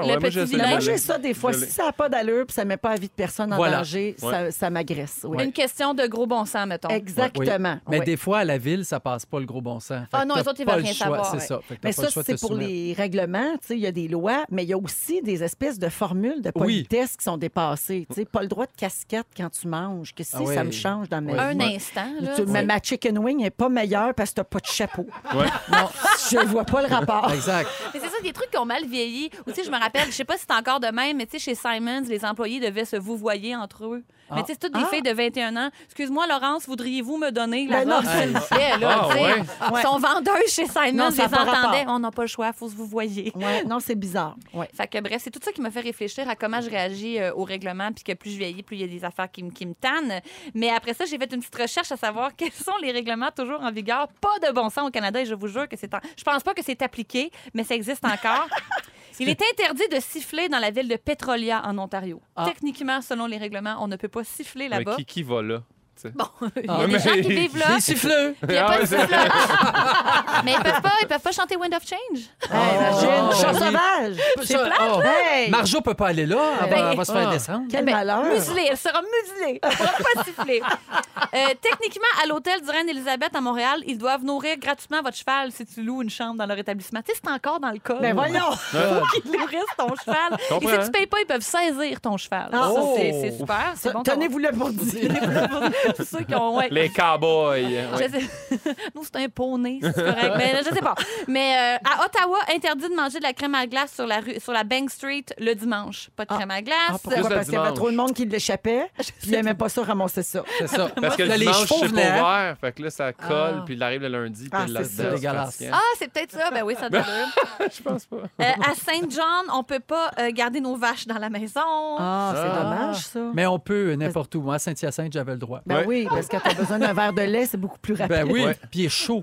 E: le,
B: ouais,
E: le
B: moi,
E: petit
B: j'essaie de
E: vilain?
A: Moi,
B: Je
A: j'ai
B: l'ai.
A: ça des fois.
B: Je l'ai.
A: Si ça n'a pas d'allure puis ça ne met pas la vie de personne en
D: Voilà.
A: danger, ça, ça m'agresse. oui.
E: Une question de gros bon sens, mettons.
A: Exactement.
D: Mais
A: oui.
D: des fois, à la ville, ça passe pas le gros bon sens. Fait
E: Ah
D: que
E: non,
D: t'as
E: les autres, ils
D: pas
E: veulent
D: le
E: rien
D: choix,
E: savoir,
D: C'est
E: ouais.
D: ça. Fait que t'as
A: Mais
D: pas le
A: ça,
D: choix de
A: c'est
D: te
A: pour
D: soumettre.
A: les règlements. tu sais, Il y a des lois, mais il y a aussi des espèces de formules de
D: Oui.
A: politesse qui sont dépassées. tu sais, pas le droit de casquette quand tu manges. Que si
D: Ah oui.
A: ça me change dans ma vie.
E: Un instant, là.
A: Tu- ma, ma chicken wing n'est pas meilleure parce que t'as pas de chapeau.
B: Ouais.
A: Non, je vois pas le rapport.
D: Exact.
E: Mais c'est ça, des trucs qui ont mal vieilli. Ou tu sais, je me rappelle, je sais pas si c'est encore de même, mais tu sais, chez Simons, les employés devaient se vouvoyer entre eux.
A: Ah.
E: Mais tu sais, c'est toutes des filles de 21 ans. Excuse-moi, Laurence, voudriez-vous me donner la
A: Ben non,
E: robe s'il vous plaît, là,
B: Ah,
E: tu sais.
B: ouais.
E: Son vendeur chez Simons
A: Non,
E: les
A: ça a pas
E: entendait.
A: rapport.
E: On n'a pas le choix, faut se vouvoyer.
A: Ouais, non, c'est bizarre. Ouais.
E: Fait que bref, c'est tout ça qui m'a fait réfléchir à comment je réagis euh, au règlement, puis que plus je vieillis, plus il y a des affaires qui, me- qui me tannent. Mais après ça, j'ai fait une petite recherche à savoir [laughs] quels sont les règlements toujours en vigueur. Pas de bon sens au Canada, et je vous jure que c'est... En... Je pense pas que c'est appliqué, mais ça existe encore. Il est interdit de siffler dans la ville de Petrolia, en Ontario. Techniquement, selon les règlements, on ne peut pas siffler
B: Mais
E: là-bas.
B: qui, qui va là?
E: Bon, il y a
B: Ah,
E: des
B: mais- [laughs]
E: gens qui vivent là,
D: Les siffleux.
E: puis il y a
B: Ah,
E: pas de
B: ouais, c'est- [laughs]
E: siffleur. mais ils peuvent pas, ils peuvent pas chanter Wind of Change.
A: Hey, imagine, chat
D: Ah, oui.
A: sauvage.
D: C'est plate,
A: Hey,
D: Marjo peut pas aller là. Elle va, elle va se faire descendre.
A: quel
E: Ben,
A: malheur.
E: Muselée, elle sera muselée. Elle pourra pas siffler. Euh, techniquement, à l'hôtel du Reine-Élisabeth à Montréal, ils doivent nourrir gratuitement votre cheval si tu loues une chambre dans leur établissement. Tu sais, c'est encore dans le code.
A: Ben voyons.
E: Ils nourrissent ton cheval. Et
B: comprends,
E: si
B: hein? Oh.
E: tu payes pas, ils peuvent saisir ton cheval.
A: Ah.
E: Ça, c'est c'est super. C'est bon.
A: Tenez-vous le pour dire.
E: qu'on- Tous ceux qui ont. ouais.
B: Les cowboys. ouais.
E: Je sais- [laughs] non, c'est un poney, c'est correct. Mais je sais pas. Mais euh, à Ottawa, interdit de manger de la crème à glace sur la rue, sur la Bank Street le dimanche.
A: Ah.
E: Pas de crème à glace.
D: Ah,
A: Pourquoi?
B: le
A: Parce qu'il y avait
B: dimanche.
A: trop de monde qui l'échappait. Puis il aimait pas ça ramasser ça.
D: C'est ça.
B: Parce que
D: Là,
B: le
D: les
B: dimanche,
D: chevaux
B: c'est pas
D: venaient, hein?
B: ouvert. Fait que là, ça colle,
D: Ah.
B: puis il arrive le lundi, puis
A: Ah,
B: le
A: c'est
B: lendemain.
A: ça.
D: Dégueulasse.
B: fatigant.
E: Ah, c'est peut-être ça. Ben oui,
B: [laughs]
E: ça doit
B: Je pense pas.
E: Euh, à Saint John, on peut pas euh, garder nos vaches dans la maison.
A: Ah, c'est
D: Ah.
A: dommage, ça.
D: Mais on peut n'importe où. Moi, à Saint-Hyacinthe, j'avais le droit.
A: Ben
B: Ah.
A: oui, parce que quand t'as besoin d'un verre de lait, c'est beaucoup plus rapide.
D: Ben oui,
B: Ouais.
D: puis il est chaud.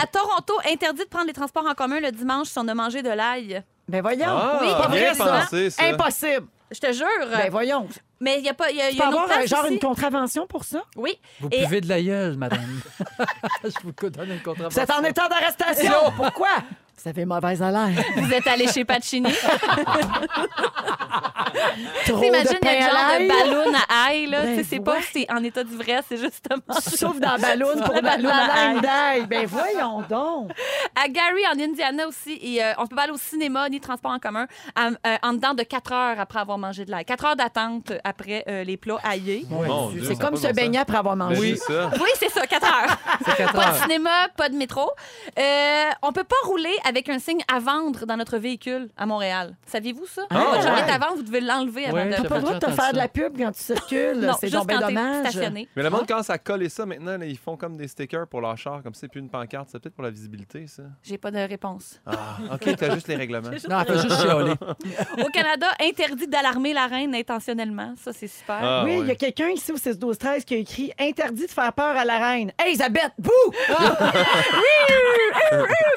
E: À Toronto, interdit de prendre les transports en commun le dimanche si on a mangé de l'ail.
A: Ben voyons.
B: Ah,
E: Oui, pas
B: bien
E: vrai, ça.
B: pensé, ça.
A: Impossible.
E: Je te jure.
A: Ben voyons.
E: mais il y a pas. il Y a, il
A: Tu
E: y a
A: peux
E: une autre
A: avoir euh,
E: place
A: genre
E: ici.
A: une contravention pour ça?
E: Oui.
D: Vous
E: Et-
D: buvez de la gueule, madame. [laughs] Je vous donne une contravention.
A: C'est en état d'arrestation. Pourquoi? Vous avez
E: [laughs]
A: mauvaise haleine.
E: Vous êtes allé chez
A: [laughs]
E: Pacini.
A: Trop
E: T'imagines
A: Oh, de
E: le
A: pain à
E: genre de
A: l'ail.
E: ballon à ail, là. Tu
A: Ben
E: sais, c'est pas
A: ouais.
E: si en état d'ivresse, c'est justement.
A: [laughs] Sauf
E: [laughs]
A: dans ballon pour
E: Le
A: ballon
E: ballon à
A: à l'ail d'ail. Ben voyons donc.
E: À Gary, en Indiana aussi, et, euh, on peut pas aller au cinéma ni transport en commun à- euh, en dedans de 4 heures après avoir mangé de l'ail. 4 heures d'attente après euh, les plats aillés.
B: Mon Dieu,
A: C'est
B: ça a pas
A: comme
B: de
A: se
B: bon
A: baigner
B: sens.
A: après avoir
B: Ben,
A: mangé.
B: c'est ça.
E: Oui, c'est ça, 4 heures.
D: C'est quatre
E: Pas de
D: heures.
E: cinéma, pas de métro. Euh, on peut pas rouler avec un signe à vendre dans notre véhicule à Montréal. Saviez-vous ça?
A: Ah,
E: Votre
A: ouais.
E: genre est à vendre, vous devez l'enlever avant
D: Ouais,
E: de...
A: T'as pas le droit de te faire de la pub quand tu circules.
E: Non,
A: C'est
E: juste
A: donc bien
E: quand t'es
A: dommage.
E: stationné.
B: Mais le monde commence à coller ça maintenant. là, ils font comme des stickers pour leur char, comme ça, c'est plus une pancarte. C'est peut-être pour la visibilité, ça.
E: J'ai pas de réponse.
B: Ah, OK, t'as juste les règlements.
D: Non, elle fait juste chialer.
E: Au Canada, [laughs] interdit d'alarmer la reine intentionnellement. Ça, c'est super.
B: Ah,
A: oui, il y a
B: ouais.
A: quelqu'un ici au 16 12 13 qui a écrit interdit de faire peur à la reine. Hey, Isabelle, bouh!
E: [laughs]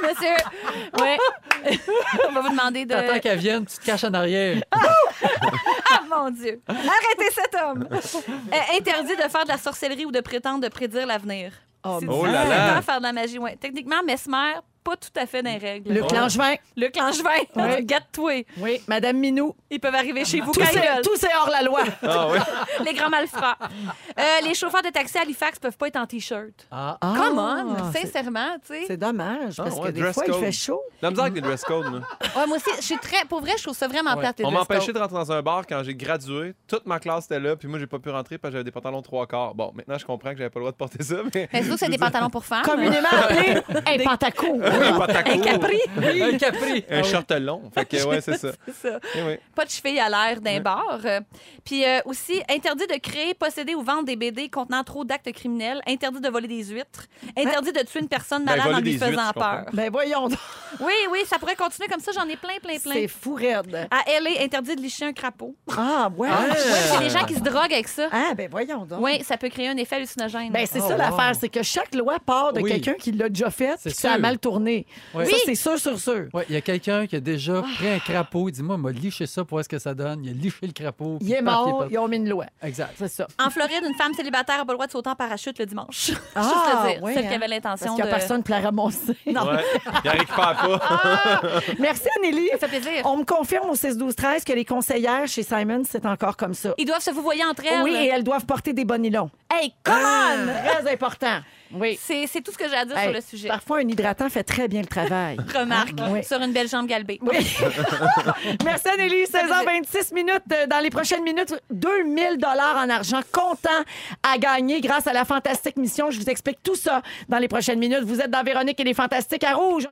E: Monsieur, ouais. [laughs] on va vous demander de...
D: T'attends qu'elle vienne, tu te caches en arrière.
E: Ah, mon Dieu! Arrêtez cet homme! Euh, interdit de faire de la sorcellerie ou de prétendre de prédire l'avenir.
A: Oh,
E: Si
A: mon
E: tu
B: Dieu. Oh là là.
E: prétends faire de la magie, ouais. Techniquement, Mesmer, pas tout à fait dans les règles.
A: Le Langevin.
E: Le Langevin,
A: Ouais.
E: gâte-toi.
A: Oui, Madame Minou.
E: Ils peuvent arriver chez vous
A: Tout
E: quand ils
A: c'est
E: veulent.
A: tout c'est hors la loi.
B: Ah, oui.
E: Les grands malfrats. Euh, les chauffeurs de taxi à Halifax peuvent pas être en T-shirt.
D: Ah,
A: Ah,
E: Come on,
A: c'est-
E: sincèrement, tu sais.
A: [laughs] C'est dommage
B: Ah,
A: parce
B: ouais,
A: que des
B: dress
A: fois il
B: code.
A: fait chaud.
B: La misère avec les dress codes, là.
E: Ouais, moi aussi, je suis très. Pour vrai, je trouve ça vraiment plate. les
B: On m'a
E: dress
B: empêché
E: codes.
B: de rentrer dans un bar quand j'ai gradué. Toute ma classe était là, puis moi, j'ai pas pu rentrer parce que j'avais des pantalons trois quarts. [laughs] Bon, maintenant, je comprends que j'avais pas le droit de porter ça, mais.
E: Ah. Mais surtout, c'est des pantalons pour femmes.
A: Communément appelé un Ah pantacourt.
B: Oui, pas ta
E: Un
A: Oh.
B: cour.
E: capri,
D: Un capri. Ah
B: Un short long. Fait que, ouais,
A: [laughs]
B: c'est ça.
E: c'est ça.
B: Eh oui.
E: Pas de cheville à l'air d'un
B: Ouais.
E: bar. Euh, Puis euh, aussi, interdit de créer, posséder ou vendre des BD contenant trop d'actes criminels. Interdit de voler des huîtres. Interdit de tuer une personne
B: Ben,
E: malade en
B: voler
E: lui
B: des huîtres,
E: faisant
B: je comprends.
E: peur.
A: [laughs] Ben voyons, donc,
E: Oui, oui, ça pourrait continuer comme ça. J'en ai plein, plein, plein.
A: c'est fou raide.
E: À LA, interdit de licher un crapaud. Euh.
A: Ah, ouais.
E: Ouais, c'est des gens qui se droguent avec ça.
A: Ah, ben voyons donc.
E: Oui, ça peut créer un effet hallucinogène.
A: Ben, c'est
D: Oh,
A: ça
D: wow.
A: l'affaire, c'est que chaque loi part de
D: Oui.
A: quelqu'un qui l'a déjà fait,
D: C'est
A: puis ça a
D: sûr.
A: mal tourné.
D: Oui.
A: Ça, c'est sûr, sûr, sûr.
D: Ouais, il y a quelqu'un qui a
A: Ah.
D: déjà pris un crapaud. Il dit Moi, m'a liché ça pour voir ce que ça donne. Il a liché le crapaud. puis
A: Il est
D: paf, est
A: mort,
D: parti.
A: ils ont mis une loi.
D: Exact.
A: C'est ça.
E: En Floride, une femme célibataire n'a pas le droit de sauter en parachute le dimanche. [laughs] Juste
A: Ah,
E: le dire.
A: ouais,
E: Celle qui
A: hein.
E: avait
A: Parce
E: l'intention
A: qu'il
E: de.
A: n'y a personne pour la ramasser.
B: Ouais. Il en récupère pas.
A: Merci, Anneli.
E: Ça fait plaisir.
A: On me confirme au 6-12-13 que les conseillères chez Simon, c'est encore comme ça.
E: Ils doivent se vous voyer entre elles.
A: Oui, et elles doivent porter des bonnets longs.
E: Hey, come on!
A: Très important. Oui.
E: C'est c'est tout ce que j'ai à dire sur
A: Hey,
E: le sujet.
A: Parfois, un hydratant fait très bien
E: [laughs]
A: le travail.
E: Remarque
A: Oui.
E: sur une belle jambe galbée.
A: Merci Anneli, 16h26 minutes. Euh, Dans les prochaines minutes, 2000 dollars en argent comptant à gagner grâce à la fantastique mission. Je vous explique tout ça dans les prochaines minutes. Vous êtes dans Véronique et les Fantastiques à Rouge.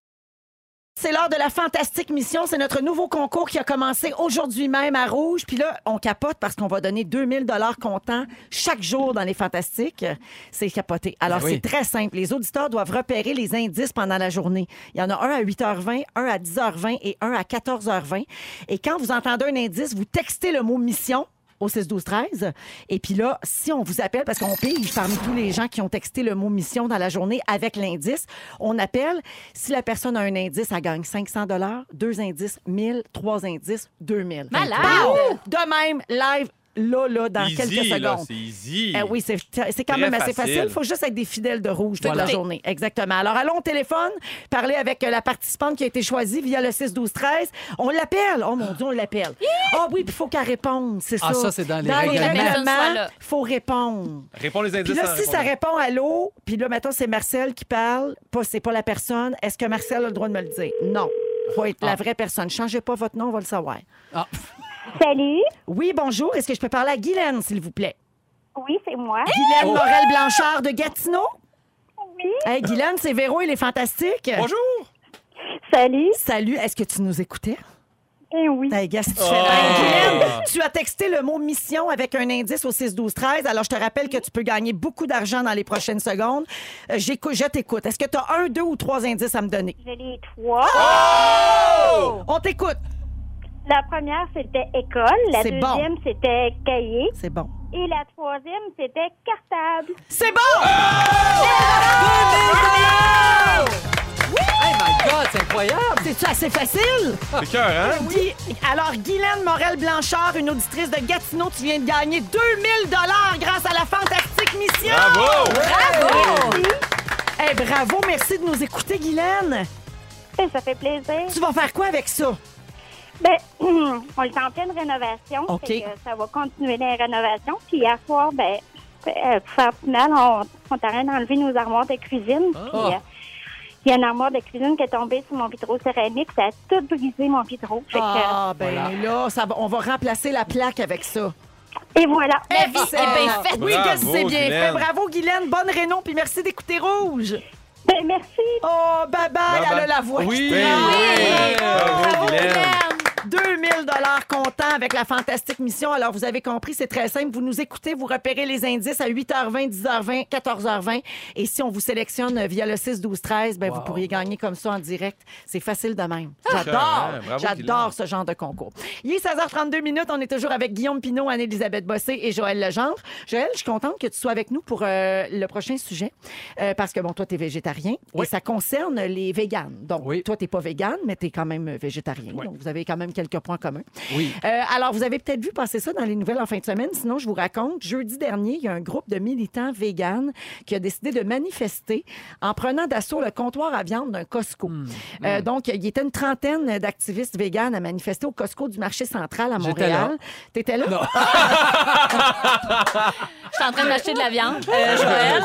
A: C'est l'heure de la fantastique mission. C'est notre nouveau concours qui a commencé aujourd'hui même à Rouge. Puis là, on capote parce qu'on va donner 2000 dollars comptant chaque jour dans les fantastiques. C'est capoté. Alors,
D: Ben oui.
A: c'est très simple. Les auditeurs doivent repérer les indices pendant la journée. Il y en a un à 8h20, un à 10h20 et un à 14h20. Et quand vous entendez un indice, vous textez le mot mission au 6 12 13 et puis là si on vous appelle parce qu'on pige parmi tous les gens qui ont texté le mot mission dans la journée avec l'indice on appelle si la personne a un indice elle gagne 500 dollars deux indices 1000 trois indices 2000
E: Malade!
A: Pow! de même live là là dans
B: easy,
A: Ah, quelques
B: là,
A: secondes
B: c'est easy.
A: eh oui, c'est c'est quand
B: Très
A: même assez facile. Il
B: facile.
A: faut juste être des fidèles de rouge toute
D: Voilà.
A: la journée. Exactement. Alors, allons au téléphone, parler avec euh, la participante qui a été choisie via le 6-12-13. On l'appelle. Oh mon Dieu, on l'appelle. Ah oui, puis il faut qu'elle réponde. C'est
D: Ah,
A: ça.
D: ça, c'est dans les
E: règlements. Personne soit là.
A: il faut répondre.
B: Réponds les indices.
A: Puis là,
B: sans
A: si ça
B: répondre.
A: répond à l'eau, puis là, mettons, c'est Marcel qui parle, pas, c'est pas la personne, est-ce que Marcel a le droit de me le dire? Non. faut être la vraie personne. Changez pas votre nom, on va le savoir.
D: Ah.
G: Salut,
A: Oui, bonjour. Est-ce que je peux parler à Guylaine, s'il vous plaît?
G: oui, c'est moi.
A: Guylaine Morel-Blanchard de Gatineau?
G: Oui.
A: Hey, Guylaine, c'est Véro, il est fantastique.
B: Bonjour.
G: Salut.
A: Salut, est-ce que tu nous écoutais?
G: Eh oui.
A: Hey, Gas, tu, fais-
B: Ah.
A: Hey, Guylaine, tu as texté le mot mission avec un indice au 6-12-13. Alors, je te rappelle que tu peux gagner beaucoup d'argent dans les prochaines secondes. Euh, j'écoute- je t'écoute. Est-ce que tu as un, deux ou trois indices à me donner?
G: Je les trois.
A: On t'écoute.
G: La première, c'était école. La
A: C'est bon.
G: deuxième, c'était cahier.
A: C'est bon.
G: Et la troisième, c'était cartable.
A: C'est bon!
D: Hey, my God, c'est incroyable.
A: C'est-tu assez facile?
B: C'est cœur, hein?
A: Guy- Alors, Guylaine Morel-Blanchard, une auditrice de Gatineau, tu viens de gagner 2000 grâce à la fantastique mission!
B: Bravo!
A: Ah, Eh, bravo, merci de nous écouter, Guylaine.
G: Eh, Ça fait plaisir.
A: Tu vas faire quoi avec ça?
G: Ben, [clears throat] on est en pleine rénovation.
A: OK.
G: fait que ça va continuer les rénovations. Puis hier soir, ben, euh, pour faire plus mal, on, on train d'enlever nos armoires de cuisine.
A: Ah.
G: Puis, euh, Il y a une armoire de cuisine qui est tombée sur mon vitraux céramique. Ça a tout brisé mon vitraux. Fait que,
A: Ah, ben là, ça va- on va remplacer la plaque avec ça.
G: Et voilà.
A: La
E: vie est bien faite.
A: Oui, que
B: Bravo,
A: c'est bien fait.
B: Guylaine.
A: Bravo, Guylaine. Bonne réno, puis merci d'écouter Rouge.
G: Ben, merci.
A: Oh, bye-bye.
B: Bye-bye.
A: Elle a la voix.
D: Oui.
A: qui prend.
B: oui. Bravo, Guylaine.
A: 2000 dollars comptant avec la fantastique mission. Alors, vous avez compris, c'est très simple. Vous nous écoutez, vous repérez les indices à 8h20, 10h20, 14h20. Et si on vous sélectionne via le 6, 12, 13, ben, vous pourriez gagner comme ça en direct. C'est facile de même. J'adore.
B: Carrément. Bravo,
A: J'adore
B: Guylaine.
A: ce genre de concours. Il est 16h32 minutes. On est toujours avec Guillaume Pinot, Anne-Elisabeth Bossé et Joël Legendre. Joël, je suis contente que tu sois avec nous pour euh, le prochain sujet. Euh, parce que, bon, toi, t'es végétarien.
D: Oui.
A: Et ça concerne les véganes. Donc,
D: Oui.
A: toi, t'es pas végane, mais t'es quand même végétarien. Donc, vous avez quand même quelques points communs.
D: Oui.
A: Euh, alors, vous avez peut-être vu passer ça dans les nouvelles en fin de semaine. Sinon, je vous raconte. Jeudi dernier, il y a un groupe de militants véganes qui a décidé de manifester en prenant d'assaut le comptoir à viande d'un Costco. Euh, donc, il y était une trentaine d'activistes véganes à manifester au Costco du marché central à
D: J'étais
A: Montréal.
D: là.
A: T'étais là?
D: Non.
E: suis en train de m'acheter de la viande. [laughs] Euh, Joël.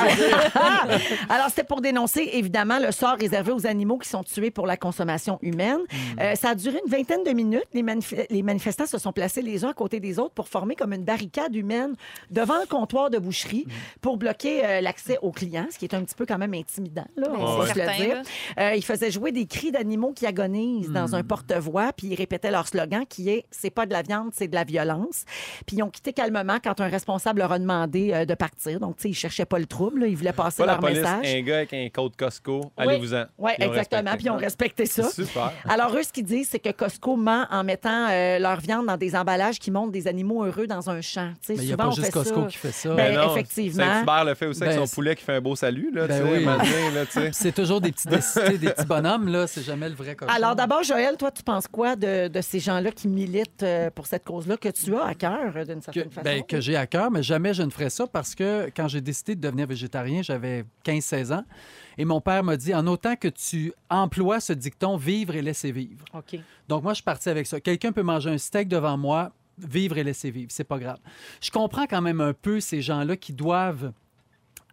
A: [laughs] Alors, c'était pour dénoncer, évidemment, le sort réservé aux animaux qui sont tués pour la consommation humaine.
E: Hmm.
A: Euh, ça a duré une vingtaine de minutes. Les, manif- les manifestants se sont placés les uns à côté des autres pour former comme une barricade humaine devant le comptoir de boucherie
E: Hmm.
A: pour bloquer euh, l'accès aux clients, ce qui est un petit peu quand même intimidant, là, on va
E: Ben, c'est
A: se le
E: certain,
A: dire.
E: là.
A: Euh, ils faisaient jouer des cris d'animaux qui agonisent dans un
B: Hmm.
A: porte-voix, puis ils répétaient leur slogan qui est C'est pas de la viande, c'est de la violence. Puis ils ont quitté calmement quand un responsable leur a demandé euh, de partir. Donc, tu sais, ils cherchaient pas le trouble, là. ils voulaient passer
B: Pas la
A: leur
B: police,
A: message.
B: un gars avec un code Costco.
A: Oui.
B: Allez-vous-en.
A: Oui,
B: Ils ont
A: exactement.
B: respecté.
A: Puis ils ont respecté ça.
B: Super.
A: Alors, eux, ce qu'ils disent, c'est que Costco ment en mettant euh, leur viande dans des emballages qui montrent des animaux heureux dans un champ. Tu sais,
D: Mais il n'y a
A: souvent,
D: pas
A: on
D: juste
A: fait
D: Costco
A: ça.
D: qui fait ça.
A: Ben,
B: Ben non,
A: effectivement.
B: Saint-Hubert le fait aussi avec
D: Ben,
B: son poulet qui fait un beau salut, là,
D: Ben
B: tu sais,
D: oui.
B: matin, là, tu
A: Ben,
B: sais.
D: C'est toujours
B: [laughs]
D: des petits décités, des petits bonhommes, là. C'est jamais le vrai cochon.
A: Alors d'abord, Joël, toi, tu penses quoi de, de ces gens-là qui militent euh, pour cette cause-là que tu as à cœur euh, d'une
D: que,
A: certaine façon?
D: ben, que j'ai à cœur, mais jamais je ne ferais ça parce que quand j'ai décidé de devenir végétarien, j'avais 15-16 ans. Et mon père m'a dit en autant que tu emploies ce dicton vivre et laisser vivre.
A: OK.
D: Donc, moi, je suis parti avec ça. Quelqu'un peut manger un steak devant moi, vivre et laisser vivre. C'est pas grave. Je comprends quand même un peu ces gens-là qui doivent.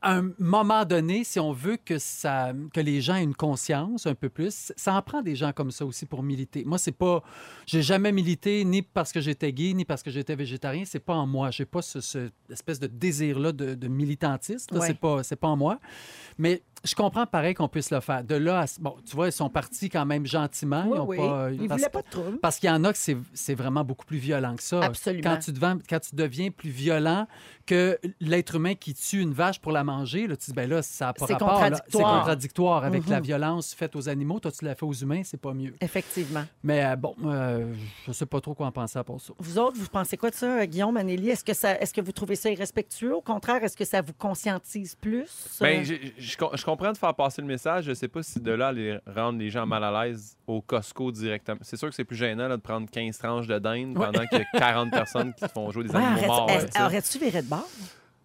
D: À un moment donné, si on veut que, ça, que les gens aient une conscience un peu plus, ça en prend des gens comme ça aussi pour militer. Moi, c'est pas. J'ai jamais milité ni parce que j'étais gay, ni parce que j'étais végétarien. C'est pas en moi. J'ai pas ce, ce espèce de désir-là de, de militantiste. là.
A: Ouais.
D: C'est pas, c'est pas en moi. Mais je comprends pareil qu'on puisse le faire. De là à. ce- Bon, tu vois, ils sont partis quand même gentiment.
A: Oui,
D: Ah, ils ont
A: oui.
D: pas.
A: Ils ne
D: parce-
A: voulaient pas de trouble.
D: parce qu'il y en a que c'est- c'est vraiment beaucoup plus violent que ça.
A: Absolument.
D: Quand tu, devens- quand tu deviens plus violent que l'être humain qui tue une vache pour la manger, là, tu dis, ben là, ça n'a pas
A: C'est
D: rapport. là.
A: contradictoire. Mm-hmm.
D: C'est contradictoire avec la violence faite aux animaux. Toi, tu l'as fait aux humains, c'est pas mieux.
A: Effectivement.
D: Mais euh, bon, euh, je sais pas trop quoi en penser à part
A: [laughs]
D: ça.
A: Vous autres, vous pensez quoi de ça, euh, Guillaume, Anélie? Est-ce que, ça, est-ce que vous trouvez ça irrespectueux? Au contraire, est-ce que ça vous conscientise plus?
B: Ben,
A: Euh,
B: je, je- je com- je comprends de faire passer le message. Je sais pas si de là, aller rendre les gens mal à l'aise au Costco directement. C'est sûr que c'est plus gênant là, de prendre 15 tranches de dinde
D: Ouais.
B: pendant qu'il y a 40 personnes qui te font jouer des
A: [laughs] Euh, ouais,
B: animaux
A: arrête-
B: morts.
A: est-
B: là, tu sais.
A: aurais-tu viré de bord?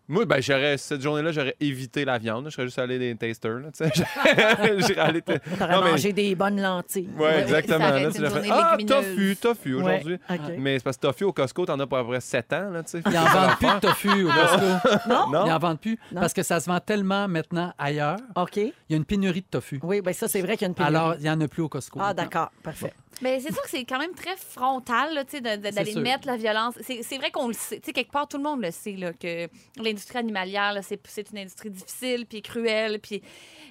B: Moi, ben, j'aurais, cette journée-là, j'aurais évité la viande. Je serais juste allé des tasters. Là, tu sais. [laughs] J'aurais allé. t-
A: T'aurais
B: Non, mais-
A: mangé des bonnes lentilles.
B: Ouais, exactement.
E: Ça aurait
B: Là,
E: été
B: tu
E: une
B: l'as fait.
E: journée
B: Ah,
E: légumineuse.
B: tofu, tofu
A: Ouais,
B: aujourd'hui.
A: OK.
B: Mais c'est parce que tofu au Costco, t'en as pour à peu près 7 ans. Là, tu sais.
D: Ils en vendent plus de tofu au Costco.
A: [laughs] Non?
D: Ils
B: Non?
D: en vendent plus
A: Non.
D: parce que ça se vend tellement maintenant ailleurs.
A: OK.
D: Il y a une pénurie de tofu.
A: Oui, bien ça, c'est vrai qu'il y a une pénurie.
D: Alors, il n'y en a plus au Costco.
A: Ah, d'accord. Parfait.
E: Mais c'est sûr que c'est quand même très frontal là, tu sais, de- de- d'aller
D: sûr.
E: mettre la violence. C'est c'est vrai qu'on le sait. Tu sais, quelque part, tout le monde le sait là, que l'industrie animalière, là, c'est c'est une industrie difficile puis cruelle. Puis...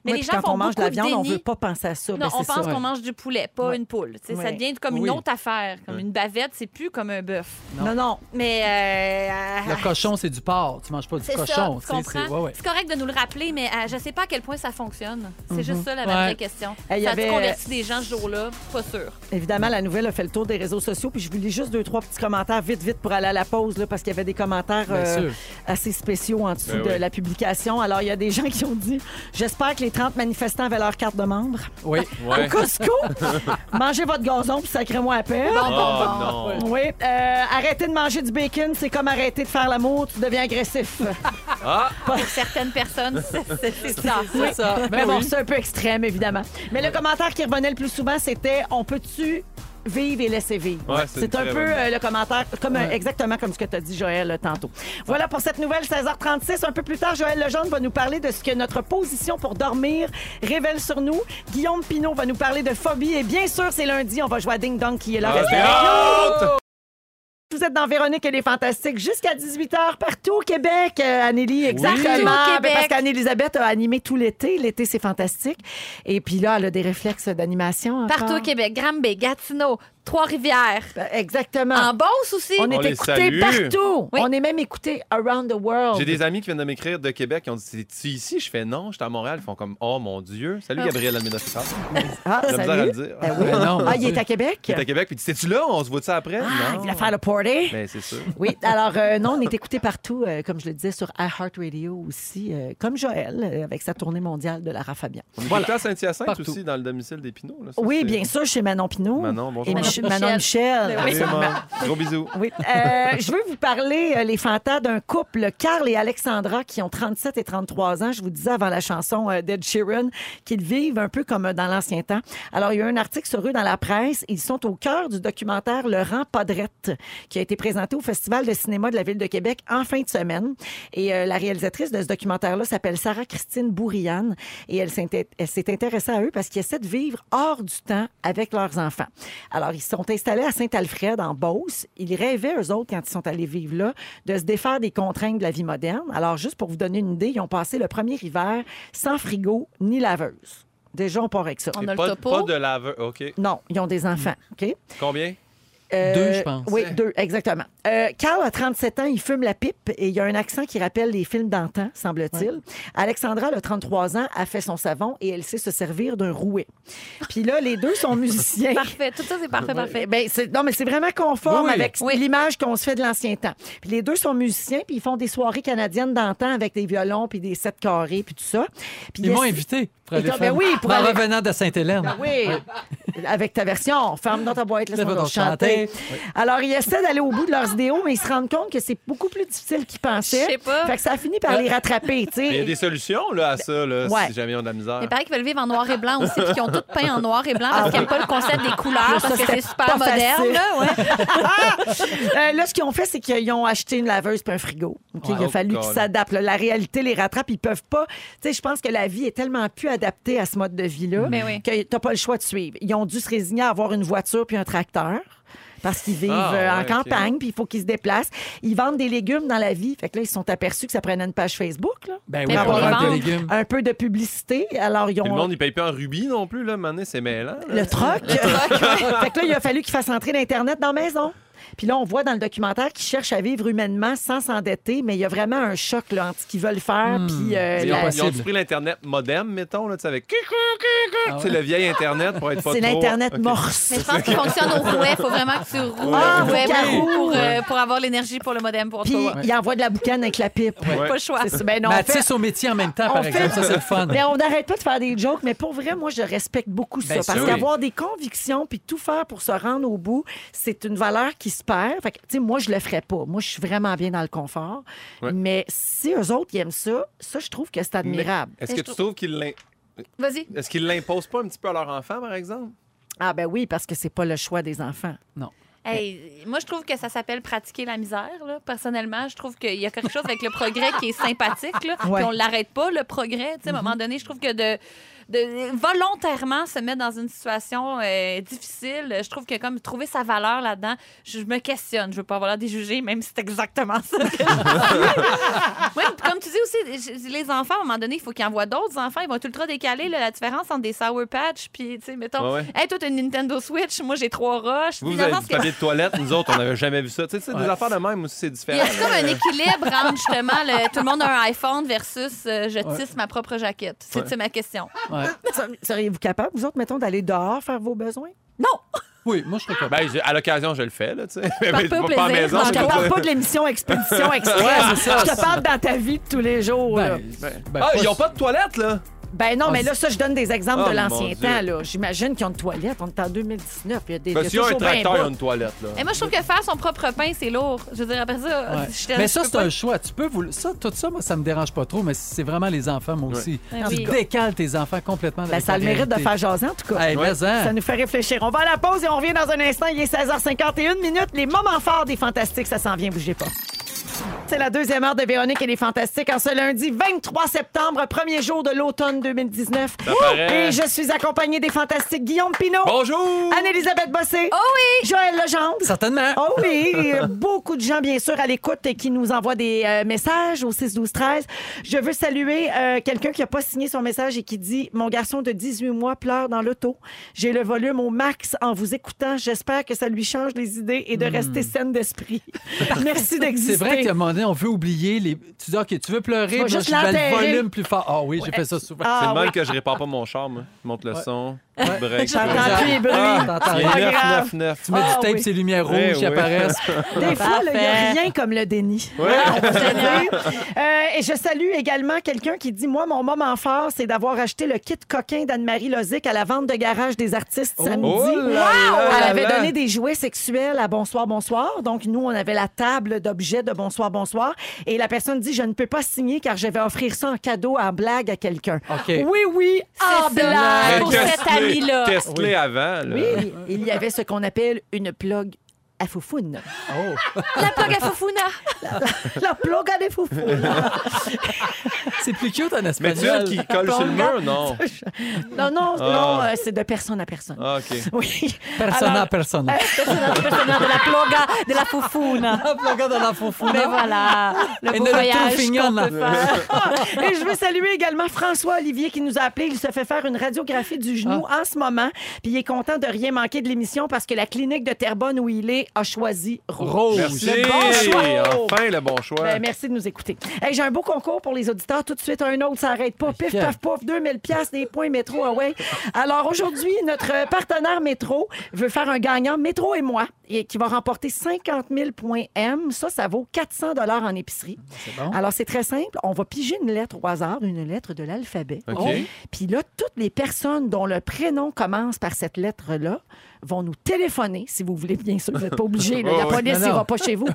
E: Mais
A: Ouais,
E: les
A: puis
E: gens
A: quand on
E: font
A: mange de la
E: beaucoup
A: viande, on
E: déni.
A: veut pas penser à ça.
E: Non,
A: Ben,
E: on
A: c'est
E: pense
A: ça.
E: qu'on mange du poulet, pas
A: Ouais.
E: une poule. Tu sais,
A: Ouais.
E: Ça devient comme une
D: Oui.
E: autre affaire, comme
B: Ouais.
E: une bavette, c'est plus comme un bœuf.
A: Non, non.
E: Mais euh,
D: Le cochon, c'est du porc. Tu manges pas du
E: c'est ça,
D: cochon.
E: tu
D: tu sais, c'est-
E: comprends?
D: ouais, ouais.
E: C'est correct de nous le rappeler, mais euh, je sais pas à quel point ça fonctionne. C'est juste ça la
D: Ouais.
E: vraie question.
A: Eh, Mm-hmm. il y
E: ça
A: avait-
E: a converti des gens ce jour-là? Pas sûr.
A: Évidemment, la nouvelle a fait le tour des réseaux sociaux. Puis je vous lis juste deux, trois petits commentaires vite, vite pour aller à la pause, là, parce qu'il y avait des commentaires
D: Bien
A: euh,
D: sûr.
A: assez spéciaux en dessous
B: Ben
A: de
B: oui.
A: la publication. Alors, il y a des [laughs] gens qui ont dit J'espère que les 30 manifestants avaient leur carte de membre.
D: Oui. [laughs]
B: Ouais.
A: Au
B: [laughs]
A: Costco, mangez votre gazon, puis sacrez-moi à peine.
B: Oh non.
A: Oui, euh, arrêtez de manger du bacon, c'est comme arrêter de faire l'amour, tu deviens agressif.
B: Ah,
E: Pour certaines
A: [laughs]
E: personnes, c'est- c'est c'est ça.
D: C'est ça. Ben
A: Mais bon,
D: oui.
A: c'est un peu extrême, évidemment. Mais le commentaire qui revenait le plus souvent, c'était On peut-tu vivre et laisser vivre?
B: Ouais, c'est une
A: c'est un
B: très
A: peu
B: bonne
A: euh, le commentaire, comme, euh, exactement comme ce que tu as dit, Joël, euh, tantôt. Voilà pour cette nouvelle 16h36. Un peu plus tard, Joël Lejeune va nous parler de ce que notre position pour dormir révèle sur nous. Guillaume Pinot va nous parler de phobie. Et bien sûr, c'est lundi, on va jouer à Ding Dong qui est là.
B: Ah,
A: Restez
B: j'ai
A: avec
B: hâte!
A: nous. Vous êtes dans Véronique et les Fantastiques jusqu'à 18h partout au Québec, euh, Annélie, exactement.
E: Partout au
A: Ben,
E: Québec.
A: parce qu'Anne-Elisabeth a animé tout l'été. L'été, c'est fantastique. Et puis là, elle a des réflexes d'animation. encore.
E: Partout au Québec, Granby, Gatineau, Trois-Rivières,
A: Ben, Exactement.
E: en Beauce aussi.
A: On
B: On
A: est
B: les
A: écouté
B: salue.
A: partout.
E: Oui.
A: On est même écouté around the world.
B: J'ai des amis qui viennent de m'écrire de Québec. Ils ont dit C'est ici Je fais non, je suis à Montréal. Ils font comme Oh mon Dieu. Salut Gabriel Almeida-Fissard.
A: [laughs] Ah,
B: J'ai de la misère à
A: salut.
B: le dire.
A: Ben oui.
D: Ben non,
A: ah, il
D: monsieur.
A: est à Québec.
B: Il est à Québec. Puis il dit C'est-tu là On se voit de ça après
A: Ah, il
B: Non.
A: voulait faire le party.
B: Ben, c'est sûr.
A: Oui, alors euh, non, on est écouté partout, euh, comme je le disais, sur iHeartRadio aussi, euh, comme Joël, euh, avec sa tournée mondiale de Lara Fabian.
B: On est tout le temps à Saint-Hyacinthe
D: Partout.
B: aussi, dans le domicile des Pinots. là. Ça,
A: Oui,
B: c'est-
A: bien sûr, chez Manon Pinot.
B: Manon, bonjour.
A: Et
E: Manon
A: Mich- Manon Michel.
B: Allez, maman. Gros bisous.
A: Oui. Euh, je veux vous parler, euh, les fantas, d'un couple, Carl et Alexandra, qui ont 37 et 33 ans. Je vous disais avant la chanson euh, d'Ed Sheeran qu'ils vivent un peu comme euh, dans l'ancien temps. Alors, il y a eu un article sur eux dans la presse. Ils sont au cœur du documentaire Le Rang Podrette, qui a été présenté au Festival de cinéma de la Ville de Québec en fin de semaine. Et euh, la réalisatrice de ce documentaire-là s'appelle Sarah-Christine Bourriane. Et elle s'inté- elle s'est intéressée à eux parce qu'ils essaient de vivre hors du temps avec leurs enfants. Alors, ils se sont installés à Saint-Alfred, en Beauce. Ils rêvaient, eux autres, quand ils sont allés vivre là, de se défaire des contraintes de la vie moderne. Alors, juste pour vous donner une idée, ils ont passé le premier hiver sans frigo ni laveuse. Déjà, on part avec ça.
E: On a le
B: pas,
E: topo.
B: pas de laveur. OK.
A: Non, ils ont des enfants, OK?
B: Combien?
A: Euh,
D: Deux, je pense.
A: Oui, deux, exactement. Euh, Carl a 37 ans, il fume la pipe et il y a un accent qui rappelle les films d'antan, semble-t-il. Alexandra, elle a 33 ans, a fait son savon et elle sait se servir d'un rouet. Puis là, les deux sont musiciens.
E: Parfait. Tout ça, c'est parfait, parfait.
A: Ben, c'est- non, mais c'est vraiment conforme
B: Oui, oui.
A: avec l'image qu'on se fait de l'ancien temps. Puis les deux sont musiciens, puis ils font des soirées canadiennes d'antan avec des violons, puis des sept carrés, puis tout ça. Puis
D: Ils
A: il
D: m'ont
A: essa-
D: invité pour
A: Et
D: aller
A: donc,
D: faire-
A: ben oui, pour
D: en
A: aller-
D: revenant de Sainte-Hélène.
A: Ah oui, avec ta version. Ferme dans ta boîte, laisse-moi donc
D: Laisse-moi donc
A: chanter.
D: chanter.
A: Alors, ils essaient d'aller au bout de leurs idéaux, mais ils se rendent compte que c'est beaucoup plus difficile qu'ils pensaient.
E: Je sais pas.
A: Fait que ça a fini par les rattraper, tu
B: Euh, Mais Il y a
A: sais.
B: des solutions là, à ça, là,
A: Ben, Ouais.
B: si jamais on a de la misère.
E: Il paraît qu'ils veulent vivre en noir et blanc aussi, puis qu'ils ont tout peint en noir et blanc parce qu'ils n'aiment pas le concept des couleurs,
A: Ah, Ça,
E: parce que
A: c'était
E: c'est
A: pas
E: super
A: facile.
E: moderne. là, ouais.
A: [laughs] Euh, là, ce qu'ils ont fait, c'est qu'ils ont acheté une laveuse puis un frigo. OK,
B: Ouais.
A: il a
B: Oh,
A: fallu qu'ils
B: God.
A: s'adaptent. là. La réalité les rattrape. Ils peuvent pas. Tu sais, je pense que la vie est tellement plus adaptée à ce mode de vie-là
E: Mais oui.
A: que t'as pas le choix de suivre. Ils ont dû se résigner à avoir une voiture puis un tracteur. Parce qu'ils vivent
B: Ah,
A: euh, en
B: ouais, ok.
A: campagne, puis il faut qu'ils se déplacent. Ils vendent des légumes dans la vie. Fait que là, ils se sont aperçus que ça prenait une page Facebook. Là.
D: Ben
E: Mais
D: oui,
A: pour
D: pour
A: les
D: vendre
E: vendre.
D: des légumes.
A: Un peu de publicité. Alors, ils
B: Puis Mm. le
A: ont
B: monde, il paye plus en rubis non plus, là, maintenant, c'est mêlant. là.
A: le troc.
E: [laughs]
A: fait que là, il a fallu qu'il fasse entrer l'Internet dans la maison. Puis là, on voit dans le documentaire qu'ils cherchent à vivre humainement sans s'endetter, mais il y a vraiment un choc là, entre ce qu'ils veulent faire.
E: Hmm.
A: Puis, euh,
B: Ils
A: la-
B: ont, ils ont
D: possible.
B: pris l'Internet modem, mettons, là, tu sais, avec cucu, cucu, tu sais, le vieil Internet pour être pas
A: Ah c'est
B: trop-
A: l'Internet
B: OK.
A: morse.
E: Mais je pense qu'il fonctionne au rouet. Il faut vraiment que tu roues
A: Ah,
E: au rouet
A: faut qu'elle
E: pour,
A: roule.
E: pour, euh, pour avoir l'énergie pour le modem pour
A: Puis,
E: toi.
A: il envoie de la boucane avec la pipe.
B: Ouais.
E: Pas le choix.
A: C'est ça. Ben non, on fait-
D: Matisse au métier en même temps,
A: on
D: par
A: fait-
D: exemple. Ça, c'est le fun.
A: Mais on n'arrête pas de faire des jokes, mais pour vrai, moi, je respecte beaucoup ça.
D: Ben,
A: parce
B: sûr.
A: qu'avoir des convictions puis tout faire pour se rendre au bout, c'est une valeur qui se perd. Fait que, tu sais, moi, je le ferais pas. Moi, je suis vraiment bien dans le confort.
B: Ouais.
A: Mais si eux autres, ils aiment ça, ça, je trouve que c'est
B: Mais
A: admirable.
B: Est-ce
E: Mais
B: que
E: je
B: tu
E: trouve-
B: trouves qu'ils l'in-
E: Vas-y.
B: est-ce qu'ils l'imposent pas un petit peu à leur enfant, par exemple?
A: Ah, ben oui, parce que c'est pas le choix des enfants.
E: Hey, moi, je trouve que ça s'appelle pratiquer la misère. là. Personnellement, je trouve qu'il y a quelque chose avec le progrès qui est sympathique. Là.
A: Ouais.
E: Puis on l'arrête pas, le progrès. Tu sais, À un moment donné, je trouve que de, de volontairement se mettre dans une situation euh, difficile, je trouve que comme trouver sa valeur là-dedans, je, je me questionne. Je veux pas avoir l'air déjugé, même si c'est exactement ça. que je pense. Ouais, puis comme tu dis aussi, je- les enfants, à un moment donné, il faut qu'ils envoient d'autres enfants. Ils vont tout le temps décaler là, la différence entre des Sour Patch, puis, tu sais, mettons,
B: Ouais, ouais.
E: hey, toi, t'as une Nintendo Switch, moi, j'ai trois roches.
B: Vous,
E: Puis
B: vous
E: dans le
B: avez
E: sens
B: du
E: que-
B: papier de toilette, nous autres, on n'avait jamais vu ça. Tu sais, tu sais, des affaires de même aussi, c'est
E: il
B: différent.
E: y a comme
D: euh,
E: un équilibre entre justement le, tout le monde a un iPhone versus euh, je tisse ma propre jaquette. C'est
B: Ouais.
E: c'est ma question.
D: Ouais.
A: Ser- Seriez-vous capable, vous autres, mettons, d'aller dehors faire vos besoins?
E: Non!
D: Oui, moi, je serais capable.
B: Ben, j'ai- à l'occasion, je le fais, là, tu sais. Mais
E: Par peu
B: pas,
E: plaisir,
B: en maison.
E: Non,
A: je
B: c'est
E: mais
A: te
B: pas-
A: parle pas de l'émission Expédition Express. je te parle dans ta vie de tous les jours. là.
D: Ben, ben,
B: Ah, ils ont pas de toilette, là!
A: Ben non, mais là, ça, je donne des exemples
B: Ah, Oh,
A: de l'ancien
B: mon Dieu.
A: temps. là. J'imagine qu'ils ont une toilette. On est en 2019. Il y a des. il y a
B: Ben, s'il y a un
A: toujours bien
B: tracteur, il y a
A: beau.
B: une toilette, là.
E: Et moi, je trouve que faire son propre pain, c'est lourd. Je veux dire, après ça,
D: Ouais.
E: je-
D: Mais
E: je
D: ça,
E: peux
D: c'est
E: pas-
D: un choix. Tu peux vous... ça, tout ça, moi, ça me dérange pas trop, mais c'est vraiment les enfants, moi aussi.
E: Ouais.
D: Tu
E: Oui.
D: décales tes enfants complètement.
A: Ah Ben,
D: avec
A: ça a
D: la
A: le mérite de
D: réalité.
A: faire jaser, en tout cas.
D: Hey, mais, hein.
A: Ça nous fait réfléchir. On va à la pause et on revient dans un instant. Il est 16h51 minutes. Les moments forts des Fantastiques, ça s'en vient, bougez pas. C'est la deuxième heure de Véronique et les Fantastiques en ce lundi 23 septembre, premier jour de l'automne 2019.
B: Ça paraît.
A: Et je suis accompagnée des Fantastiques Guillaume Pinot,
B: Bonjour!
A: Ah, Anne-Elisabeth Bossé,
E: Oh oui!
A: Joël Legendre.
D: Certainement.
A: Oh oui, et, euh, beaucoup de gens, bien sûr, à l'écoute et qui nous envoient des euh, messages au 6-12-13. Je veux saluer euh, quelqu'un qui n'a pas signé son message et qui dit « Mon garçon de 18 mois pleure dans l'auto. J'ai le volume au max en vous
D: [laughs]
A: écoutant. J'espère que ça lui change les idées et de rester saine d'esprit. Merci d'exister.
D: Hmm. C'est vrai que mon donné, on veut oublier les. Tu dis, OK, tu veux pleurer,
A: vas
D: puis là,
A: juste
D: je mets le
A: l'enterrer.
D: volume plus fort. Ah oui, j'ai fait ça souvent.
B: C'est
C: Ah,
B: le
C: oui.
B: même que je répare pas mon char, moi. Je monte le son, je break.
A: J'entends plus les bruits.
B: Il est
D: Ah, T'entends-
C: pas grave.
B: 9, 9, 9.
D: Tu mets
A: Ah
D: du tape,
A: oui.
D: ces lumières rouges
B: Eh
D: qui
B: oui.
D: apparaissent.
A: Des fois, il n'y a
E: Parfait.
A: rien comme le déni. Ah,
B: Ouais.
A: On va se le dire. Euh, et je salue également quelqu'un qui dit Moi, mon moment fort, c'est d'avoir acheté le kit coquin d'Anne-Marie Lozic à la vente de garage des artistes samedi.
B: Oh là là
A: Elle
B: là
A: avait
B: là.
A: donné des jouets sexuels à Bonsoir, Bonsoir. Donc, nous, on avait la table d'objets de Bonsoir, Bonsoir. Et la personne dit Je ne peux pas signer car je vais offrir ça en cadeau, en blague à quelqu'un.
D: OK.
A: [laughs] Oui, oui, en
E: C'est ça.
A: blague.
E: Pour cet ami-là.
B: Teste-les
D: Oui.
B: avant. Là.
A: Oui, il y avait ce qu'on appelle une plug à foufoune.
D: Oh.
E: La plug à Fofuna.
A: La plug à des foufounes.
D: C'est plus cute en
B: Mais tu as
D: espagnol.
B: qui colle sur le mur, non?
A: Non, non, non,
B: Ah.
A: euh, c'est de personne à personne.
B: Ah, OK.
A: Oui. [laughs]
D: Persona,
A: Alors-
D: persona.
E: Personnage de la ploga, de la Fofuna.
D: Hop, le gars dans la foufou.
E: Ben voilà, le
D: Et
E: beau
D: ne le
E: voyage
D: troufignons,
E: qu'on
D: là.
E: peut faire.
A: Ah, Et je veux saluer également François Olivier qui nous a appelé. Il se fait faire une radiographie du genou en ce moment. Puis il est content de rien manquer de l'émission parce que la clinique de Terrebonne où il est a choisi rouge.
D: [laughs] Rose.
B: Merci.
A: Oh, Le bon choix.
B: Enfin, le bon choix.
A: Ben, merci de nous écouter. Hey, J'ai un beau concours pour les auditeurs. Tout de suite, un autre, ça arrête pas. Pif,
D: Ok.
A: paf, paf, 2000 pièces des points métro away. Alors aujourd'hui, notre partenaire métro veut faire un gagnant, métro et moi, et qui va remporter 50 000 points M. Ça, ça vaut 400 dollars en épicerie.
D: bon.
A: Alors c'est très simple. On va piger une lettre au hasard, une lettre de l'alphabet.
B: OK.
A: Puis là, toutes les personnes dont le prénom commence par cette lettre-là vont nous téléphoner, si vous voulez, bien sûr. Vous n'êtes pas obligés.
D: [laughs]
A: là.
B: Oh,
A: la
B: oui.
A: police
D: Non, non.
A: n'ira pas chez vous.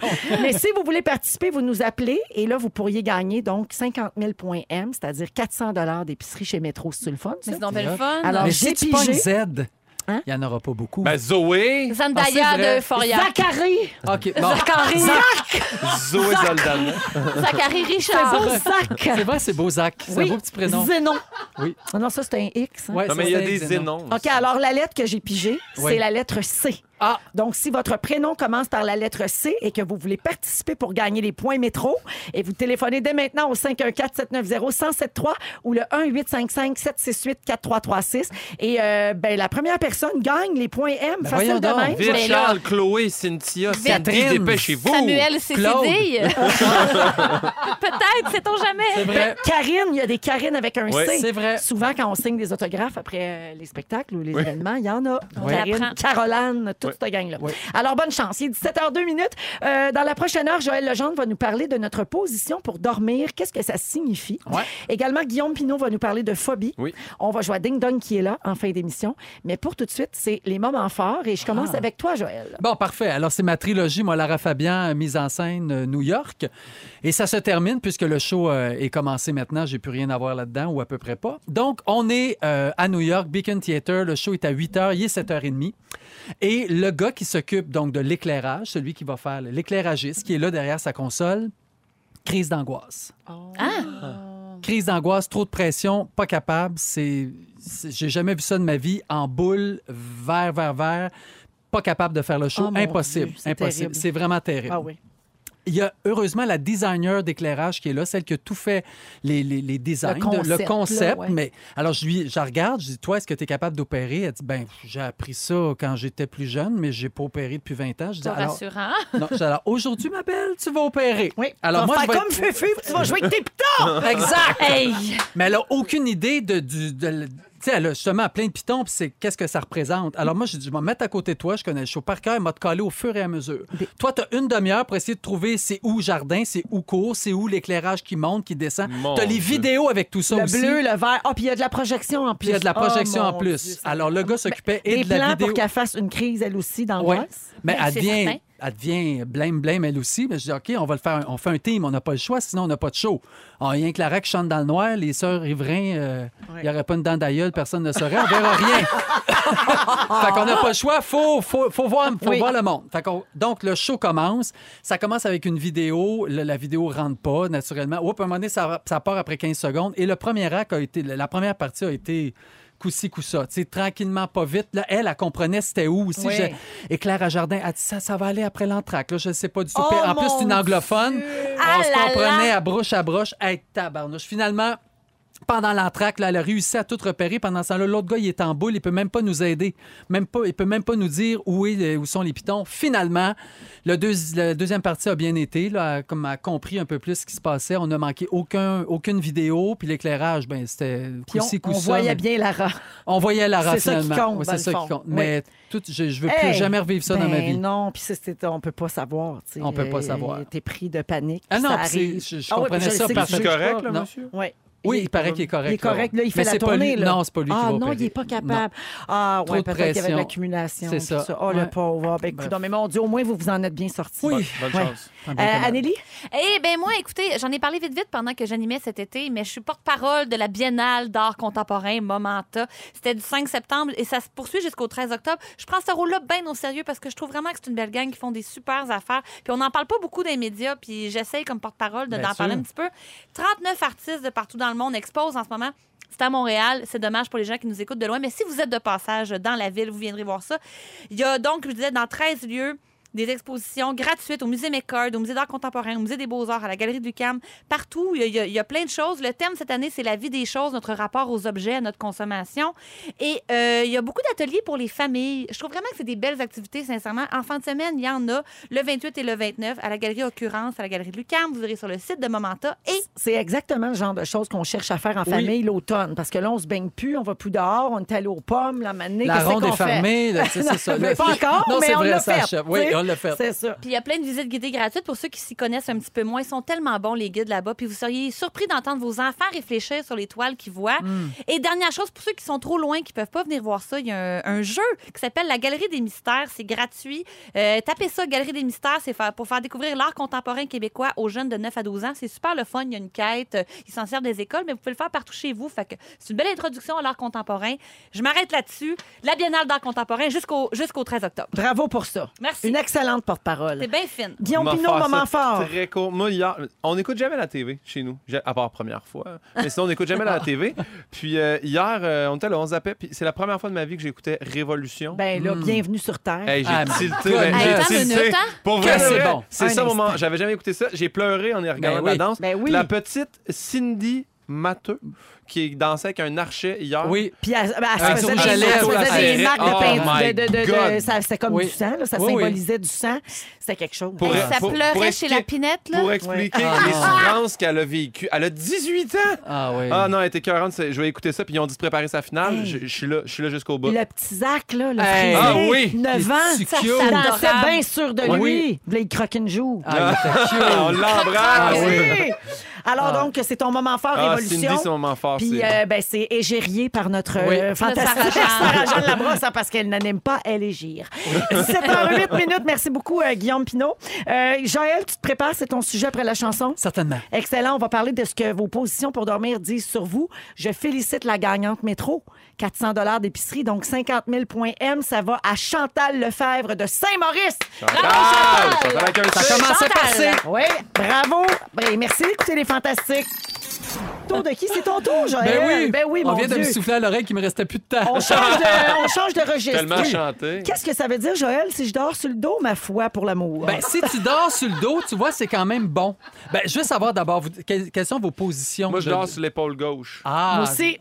A: Mais si vous voulez participer, vous nous appelez et là, vous pourriez gagner donc 50 000 points M, c'est-à-dire 400 d'épicerie chez Métro. C'est le fun, ça?
E: Mais c'est donc bien le fun.
A: Alors,
D: Mais
A: j'ai
D: si tu
A: pigé.
D: pognes Z, il
A: Hein?
D: n'y en aura pas beaucoup.
E: [laughs]
B: Ben, Zoé,
D: Ah, c'est
E: Zendaya
D: vrai.
E: de Euphoria.
A: Zachary!
D: OK, bon.
E: Zachary.
B: Zoé Zaldana.
E: Zachary
A: C'est
E: Richard.
A: beau, Zach!
D: C'est vrai, c'est beau, Zach. C'est un
A: Oui.
D: beau petit prénom.
A: Zénon.
D: Oui.
A: Ah Non, ça, c'est un X. hein.
D: Ouais,
B: Non,
D: ça,
B: mais il y a
D: c'est
B: des
D: Zénon.
B: zénons.
A: OK, alors la lettre que j'ai pigée,
D: Oui.
A: c'est la lettre C.
D: Ah.
A: Donc, si votre prénom commence par la lettre C et que vous voulez participer pour gagner les points métro, et vous téléphonez dès maintenant au 514-790-1073 ou le 1-855-768-4336. Et euh, ben, la première personne gagne les points M.
D: Ben,
A: facile
D: voyons
A: de
D: donc.
A: même.
B: Vite,
E: Mais là-
B: Charles, Chloé, Cynthia, Sandy,
D: Catherine.
B: dépêchez-vous.
E: Samuel
D: Oh, Claude. [laughs]
E: CCD. Peut-être, sait-on
D: C'est
E: jamais.
D: vrai.
A: Eh, Karine, il y a des Karines avec un
B: Oui.
A: C.
D: C'est vrai.
A: Souvent, quand on signe des autographes après euh, les spectacles ou les
B: Oui.
A: événements, il y en a.
E: Oui.
A: Karine,
E: Apprends.
A: Caroline, toute
B: Oui.
A: cette gang-là.
D: Oui.
A: Alors, bonne chance. Il est 17h02 minutes. Euh, dans la prochaine heure, Joël Legendre va nous parler de notre position pour dormir. Qu'est-ce que ça signifie?
D: Ouais.
A: Également, Guillaume Pinot va nous parler de phobie.
B: Oui.
A: On va jouer à Ding Dong qui est là en fin d'émission. Mais pour tout de suite, c'est les moments forts. Et je
D: Ah.
A: commence avec toi, Joël.
D: Bon, parfait. Alors, c'est ma trilogie, moi, Lara Fabian, euh, mise en scène euh, New York. Et ça se termine puisque le show euh, est commencé maintenant. J'ai plus rien à voir là-dedans ou à peu près pas. Donc, on est euh, à New York, Beacon Theater. Le show est à 8 h, il est 7h30. Et le gars qui s'occupe donc de l'éclairage, celui qui va faire l'éclairagiste, qui est là derrière sa console, crise d'angoisse.
A: Ah!
D: Ah. Crise d'angoisse, trop de pression, pas capable. C'est, c'est- j'ai jamais vu ça de ma vie. En boule, vert, vert, vert, pas capable de faire le show.
A: Oh, mon
D: impossible,
A: Dieu, c'est
D: impossible.
A: terrible.
D: C'est vraiment terrible.
A: Ah oui.
D: Il y a heureusement la designer d'éclairage qui est là, celle qui a tout fait les, les, les designs,
A: Le concept,
D: de- concept,
A: là, ouais.
D: Mais alors, je lui, je la regarde, je dis, toi, est-ce que tu es capable d'opérer? Elle dit, ben, j'ai appris ça quand j'étais plus jeune, mais j'ai pas opéré depuis 20 ans. Je dis,
E: Pas
D: alors,
E: rassurant.
D: non, je dis, alors, aujourd'hui, ma belle, tu vas opérer.
A: Oui.
D: Alors,
A: Alors,
D: moi, je vais
A: comme
D: être-
A: Fufu, tu vas jouer avec tes pitons!
D: Exact!
E: Hey!
D: Mais elle a aucune idée de du. de le- tu sais, elle a justement plein de pitons, puis c'est qu'est-ce que ça représente. Alors moi, j'ai dit, je vais me mettre à côté de toi, je connais le show par cœur, elle m'a te collé au fur et à mesure. Toi, tu as une demi-heure pour essayer de trouver c'est où jardin, c'est où court, c'est où l'éclairage qui monte, qui descend.
B: Mon
D: Tu as les
B: Dieu.
D: vidéos avec tout ça
A: Le
D: aussi.
A: bleu, le vert. Ah, puis il y a de la projection en plus.
D: Puis il y a de la
A: Oh,
D: projection en
A: mon
D: plus.
A: Dieu, ça-
D: Alors le gars s'occupait et
A: des
D: de
A: plans
D: la vidéo.
A: pour qu'elle fasse une crise, elle aussi, dans
D: Ouais.
A: le
D: Mais
E: Ben,
D: elle
E: c'est
D: devient,
E: certain.
D: elle devient blême, blême, elle aussi. Mais je dis, OK, on va le faire, un- on fait un team, on n'a pas le choix, sinon on n'a pas de show. Ah, Il y a un Clara qui chante dans le noir, les sœurs riverains, euh, il n'y aurait pas une dent d'aïeul, personne ne saurait, on verra
E: [laughs]
D: rien. fait qu'on n'a pas le choix, il faut, faut, faut voir, faut
A: Ah. Oui.
D: voir le monde. Fait qu'on- donc, le show commence. Ça commence avec une vidéo, Le- la vidéo rentre pas, naturellement. Oups, à un moment donné, ça, ça part après 15 secondes. Et le premier acte a été, la première partie a été coup-ci, coup-ça. Tu sais, tranquillement, pas vite. Là, elle, elle comprenait c'était où aussi.
A: Oui.
D: Je- et Claire Jardin a dit ça, ça va aller après l'entraque. Là, je ne sais pas du tout.
A: Oh,
D: Puis en plus,
A: mon
D: c'est une anglophone. On
E: Ah
D: se
E: là
D: comprenait à broche à broche. Hey, tabarnouche. Finalement, pendant l'entraque, là, elle a réussi à tout repérer. Pendant ce temps-là, l'autre gars, il est en boule. Il peut même pas nous aider. Même pas, il peut même pas nous dire où, est le- où sont les pitons. Finalement, le deuxi- la deuxième partie a bien été. Là, elle, comme elle a compris un peu plus ce qui se passait. On n'a manqué aucun, aucune vidéo. Puis l'éclairage, ben, c'était
A: Puis on,
D: coup-ci,
A: on
D: coup-ça,
A: voyait
D: mais-
A: bien Lara.
D: On voyait Lara,
A: C'est ça qui
D: finalement.
A: compte,
D: Ouais,
A: dans
D: c'est
A: le
D: ça
A: fond.
D: qui compte.
A: Oui.
D: Mais tout, je ne veux plus
A: Hey!
D: jamais revivre ça dans ma
A: Ben
D: vie.
A: Non, puis ça, c'était- on peut pas savoir. tu sais.
D: On peut pas
A: Euh,
D: savoir.
A: T'es pris de panique.
D: Ah non,
A: ça
D: puis c'est-
A: arrive.
D: je- je
A: Ah ouais,
D: comprenais
A: puis
D: ça
A: le sais
D: par-
A: que
B: C'est
A: je-
B: correct, là,
D: Non.
B: monsieur?
A: Ouais.
D: Oui, il paraît qu'il est correct.
A: Il est correct, là, il fait
D: Mais
A: la
D: c'est pas lui-
A: tournée. là.
D: Non, c'est pas lui qui
A: ah,
D: va
A: non, il
D: opérer.
A: n'est pas capable. Ah,
D: Trop
A: ouais,
D: de
A: peut-être qu'il y avait de
D: pression.
A: l'accumulation.
D: C'est
A: puis
D: ça.
A: Oh,
D: Ouais.
A: le pauvre. Ah, Ben, écoute, mais mon Dieu, au moins, vous vous en êtes bien sorti.
D: Oui.
B: Bonne
A: Ouais.
B: chance.
D: Ah,
A: Euh,
D: ben, comme-
A: Anneli?
E: Eh bien, moi, écoutez, j'en ai parlé vite, vite pendant que j'animais cet été, mais je suis porte-parole de la Biennale d'art contemporain Momenta. C'était du 5 septembre et ça se poursuit jusqu'au 13 octobre. Je prends ce rôle-là bien au sérieux parce que je trouve vraiment que c'est une belle gang qui font des super affaires. Puis on n'en parle pas beaucoup des médias, puis j'essaye comme porte-parole de-
D: Bien
E: d'en parler
D: sûr.
E: un petit peu. 39 artistes de partout dans le monde exposent en ce moment. C'est à Montréal. C'est dommage pour les gens qui nous écoutent de loin, mais si vous êtes de passage dans la ville, vous viendrez voir ça. Il y a donc, je vous disais, dans 13 lieux, des expositions gratuites au musée McCord, au musée d'art contemporain, au musée des beaux-arts, à la galerie du Cam, partout. Il y, a, il y a- il y a plein de choses. Le thème cette année, c'est la vie des choses, notre rapport aux objets, à notre consommation. Et euh, il y a beaucoup d'ateliers pour les familles. Je trouve vraiment que c'est des belles activités, sincèrement. En fin de semaine, il y en a le 28 et le 29 à la galerie Occurrence, à la galerie Lucam. Vous irez sur le site de Momenta et
A: C'est exactement le genre de choses qu'on cherche à faire en famille l'automne. Parce que là, on se baigne plus, on va plus dehors, on est allé aux pommes, la manée.
D: La
A: qu'est-ce
D: ronde
A: qu'on
D: est
A: fait?
D: fermée. là, tu sais, c'est ça.
A: Mais
D: Là,
A: pas encore,
D: non,
A: mais
D: c'est
A: on
D: vrai,
A: l'a
D: ça
A: fait,
D: achève.
A: tu
D: Oui,
A: sais.
D: on l'a fait.
A: C'est ça.
E: Puis il y a plein de visites guidées gratuites pour ceux qui s'y connaissent un petit peu moins. Ils sont tellement bons, les guides là-bas. Puis vous seriez surpris d'entendre vos enfants réfléchir sur les toiles qu'ils voient. Et dernière chose, pour ceux qui sont trop loin, qui peuvent pas venir voir ça, il y a un, un jeu qui s'appelle La Galerie des Mystères. C'est gratuit. Euh, tapez ça, Galerie des Mystères. C'est fa- pour faire découvrir l'art contemporain québécois aux jeunes de 9 à 12 ans. C'est super le fun. Il y a une quête. Euh, Ils s'en servent des écoles, mais vous pouvez le faire partout chez vous. Fait que c'est une belle introduction à l'art contemporain. Je m'arrête là-dessus. La Biennale d'art contemporain jusqu'au jusqu'au 13 octobre.
A: Bravo pour ça.
E: Merci.
A: Une excellente porte-parole.
E: C'est bien fine.
A: Guillaume
B: M'a
A: Pinot,
B: fait ça
A: moment fort.
B: Très court. Moi, hier, on n'écoute jamais la TV chez nous, j'ai- à part première fois. Mais sinon, on n'écoute
A: [laughs]
B: jamais la TV. Puis euh, hier, euh, on était là, on zappait. Puis c'est la première fois de ma vie que j'écoutais Révolution.
A: Ben
D: Hmm.
A: là, bienvenue sur Terre.
B: Hey, j'ai
D: Ah, mais-
B: tilté, ben, j'ai
D: Attends
E: une
B: tilté.
E: minute, hein?
B: Pour
D: Que
B: vrai,
D: c'est
B: c'est
D: bon.
B: C'est
A: Un
B: ça,
A: instant.
B: moment. J'avais jamais écouté ça. J'ai pleuré en y regardant
D: oui.
B: la danse.
A: Ben oui.
B: La petite Cindy Matteux, qui dansait avec un archet hier.
D: Oui.
A: Puis elle, ben, elle
D: Avec
A: se
D: son
A: faisait des,
D: chalet,
A: elle se
D: Ah, sur la
A: faisait des
B: serrette.
A: marques de
B: Oh
A: peinture.
B: my
A: de- de- de-
B: God.
A: ça- C'était comme
D: Oui.
A: du sang, là, ça
D: Oui, oui.
A: symbolisait du sang. C'était quelque chose.
B: Pour-
E: Hey, ça
B: pour-
E: pleurait
B: pour
E: chez
B: expliquer-
E: la pinette, là.
B: Pour expliquer
D: Ah.
B: les souffrances qu'elle a vécues. Elle a 18 ans!
D: Ah oui.
B: Ah non, elle était 40, je vais écouter ça, puis ils ont dit de préparer sa finale.
A: Hey.
B: Je, je suis là, je suis là jusqu'au bout.
A: Le petit Zach, là, le
D: Hey.
B: Ah
A: frisé,
B: oui.
A: 9 ans,
D: Il est
A: ça,
D: cute.
A: ça dansait
E: Adorable.
A: bien sûr de lui.
D: Oui.
A: Là, il croque une joue.
D: Ah, il était cute.
B: Ah, on
A: Ah
B: l'embrasse!
A: oui. Alors donc, c'est ton moment fort,
B: Ah,
A: Révolution.
B: Cindy, c'est mon moment fort.
A: Puis
B: c'est-
A: euh, ben, c'est égérié par notre euh,
D: Oui.
A: fantastique
E: Sarah-Jeanne.
A: Sarah-Jeanne Labrosse, hein, parce qu'elle n'anime pas, elle égire. 17h08 minutes, merci beaucoup euh, Guillaume Pinot. Euh, Joël, tu te prépares, c'est ton sujet après la chanson?
D: Certainement.
A: Excellent, on va parler de ce que vos positions pour dormir disent sur vous. Je félicite la gagnante métro, 400 dollars d'épicerie, donc 50 000 points M, ça va à Chantal Lefebvre de Saint-Maurice.
B: Chantal! Chantal avec un
D: Ça
B: C.
D: commençait
E: Chantal.
D: par C.
A: Oui, bravo. Ben, merci d'écouter les fantastiques. Tour de qui C'est ton tour, Joël.
D: Ben oui.
A: mon
D: on vient de me
A: Dieu.
D: souffler à l'oreille qu'il me restait plus de temps.
A: On change de, on change de registre.
B: Tellement
A: Oui.
B: chanté.
A: Qu'est-ce que ça veut dire, Joël, si je dors sur le dos, ma foi, pour l'amour?
D: Ben, si tu dors sur le dos, tu vois, c'est quand même bon. Ben, je veux savoir d'abord, vous- que- quelles sont vos positions?
B: Moi, je
D: de-
B: dors sur l'épaule gauche.
D: Ah,
A: Moi aussi.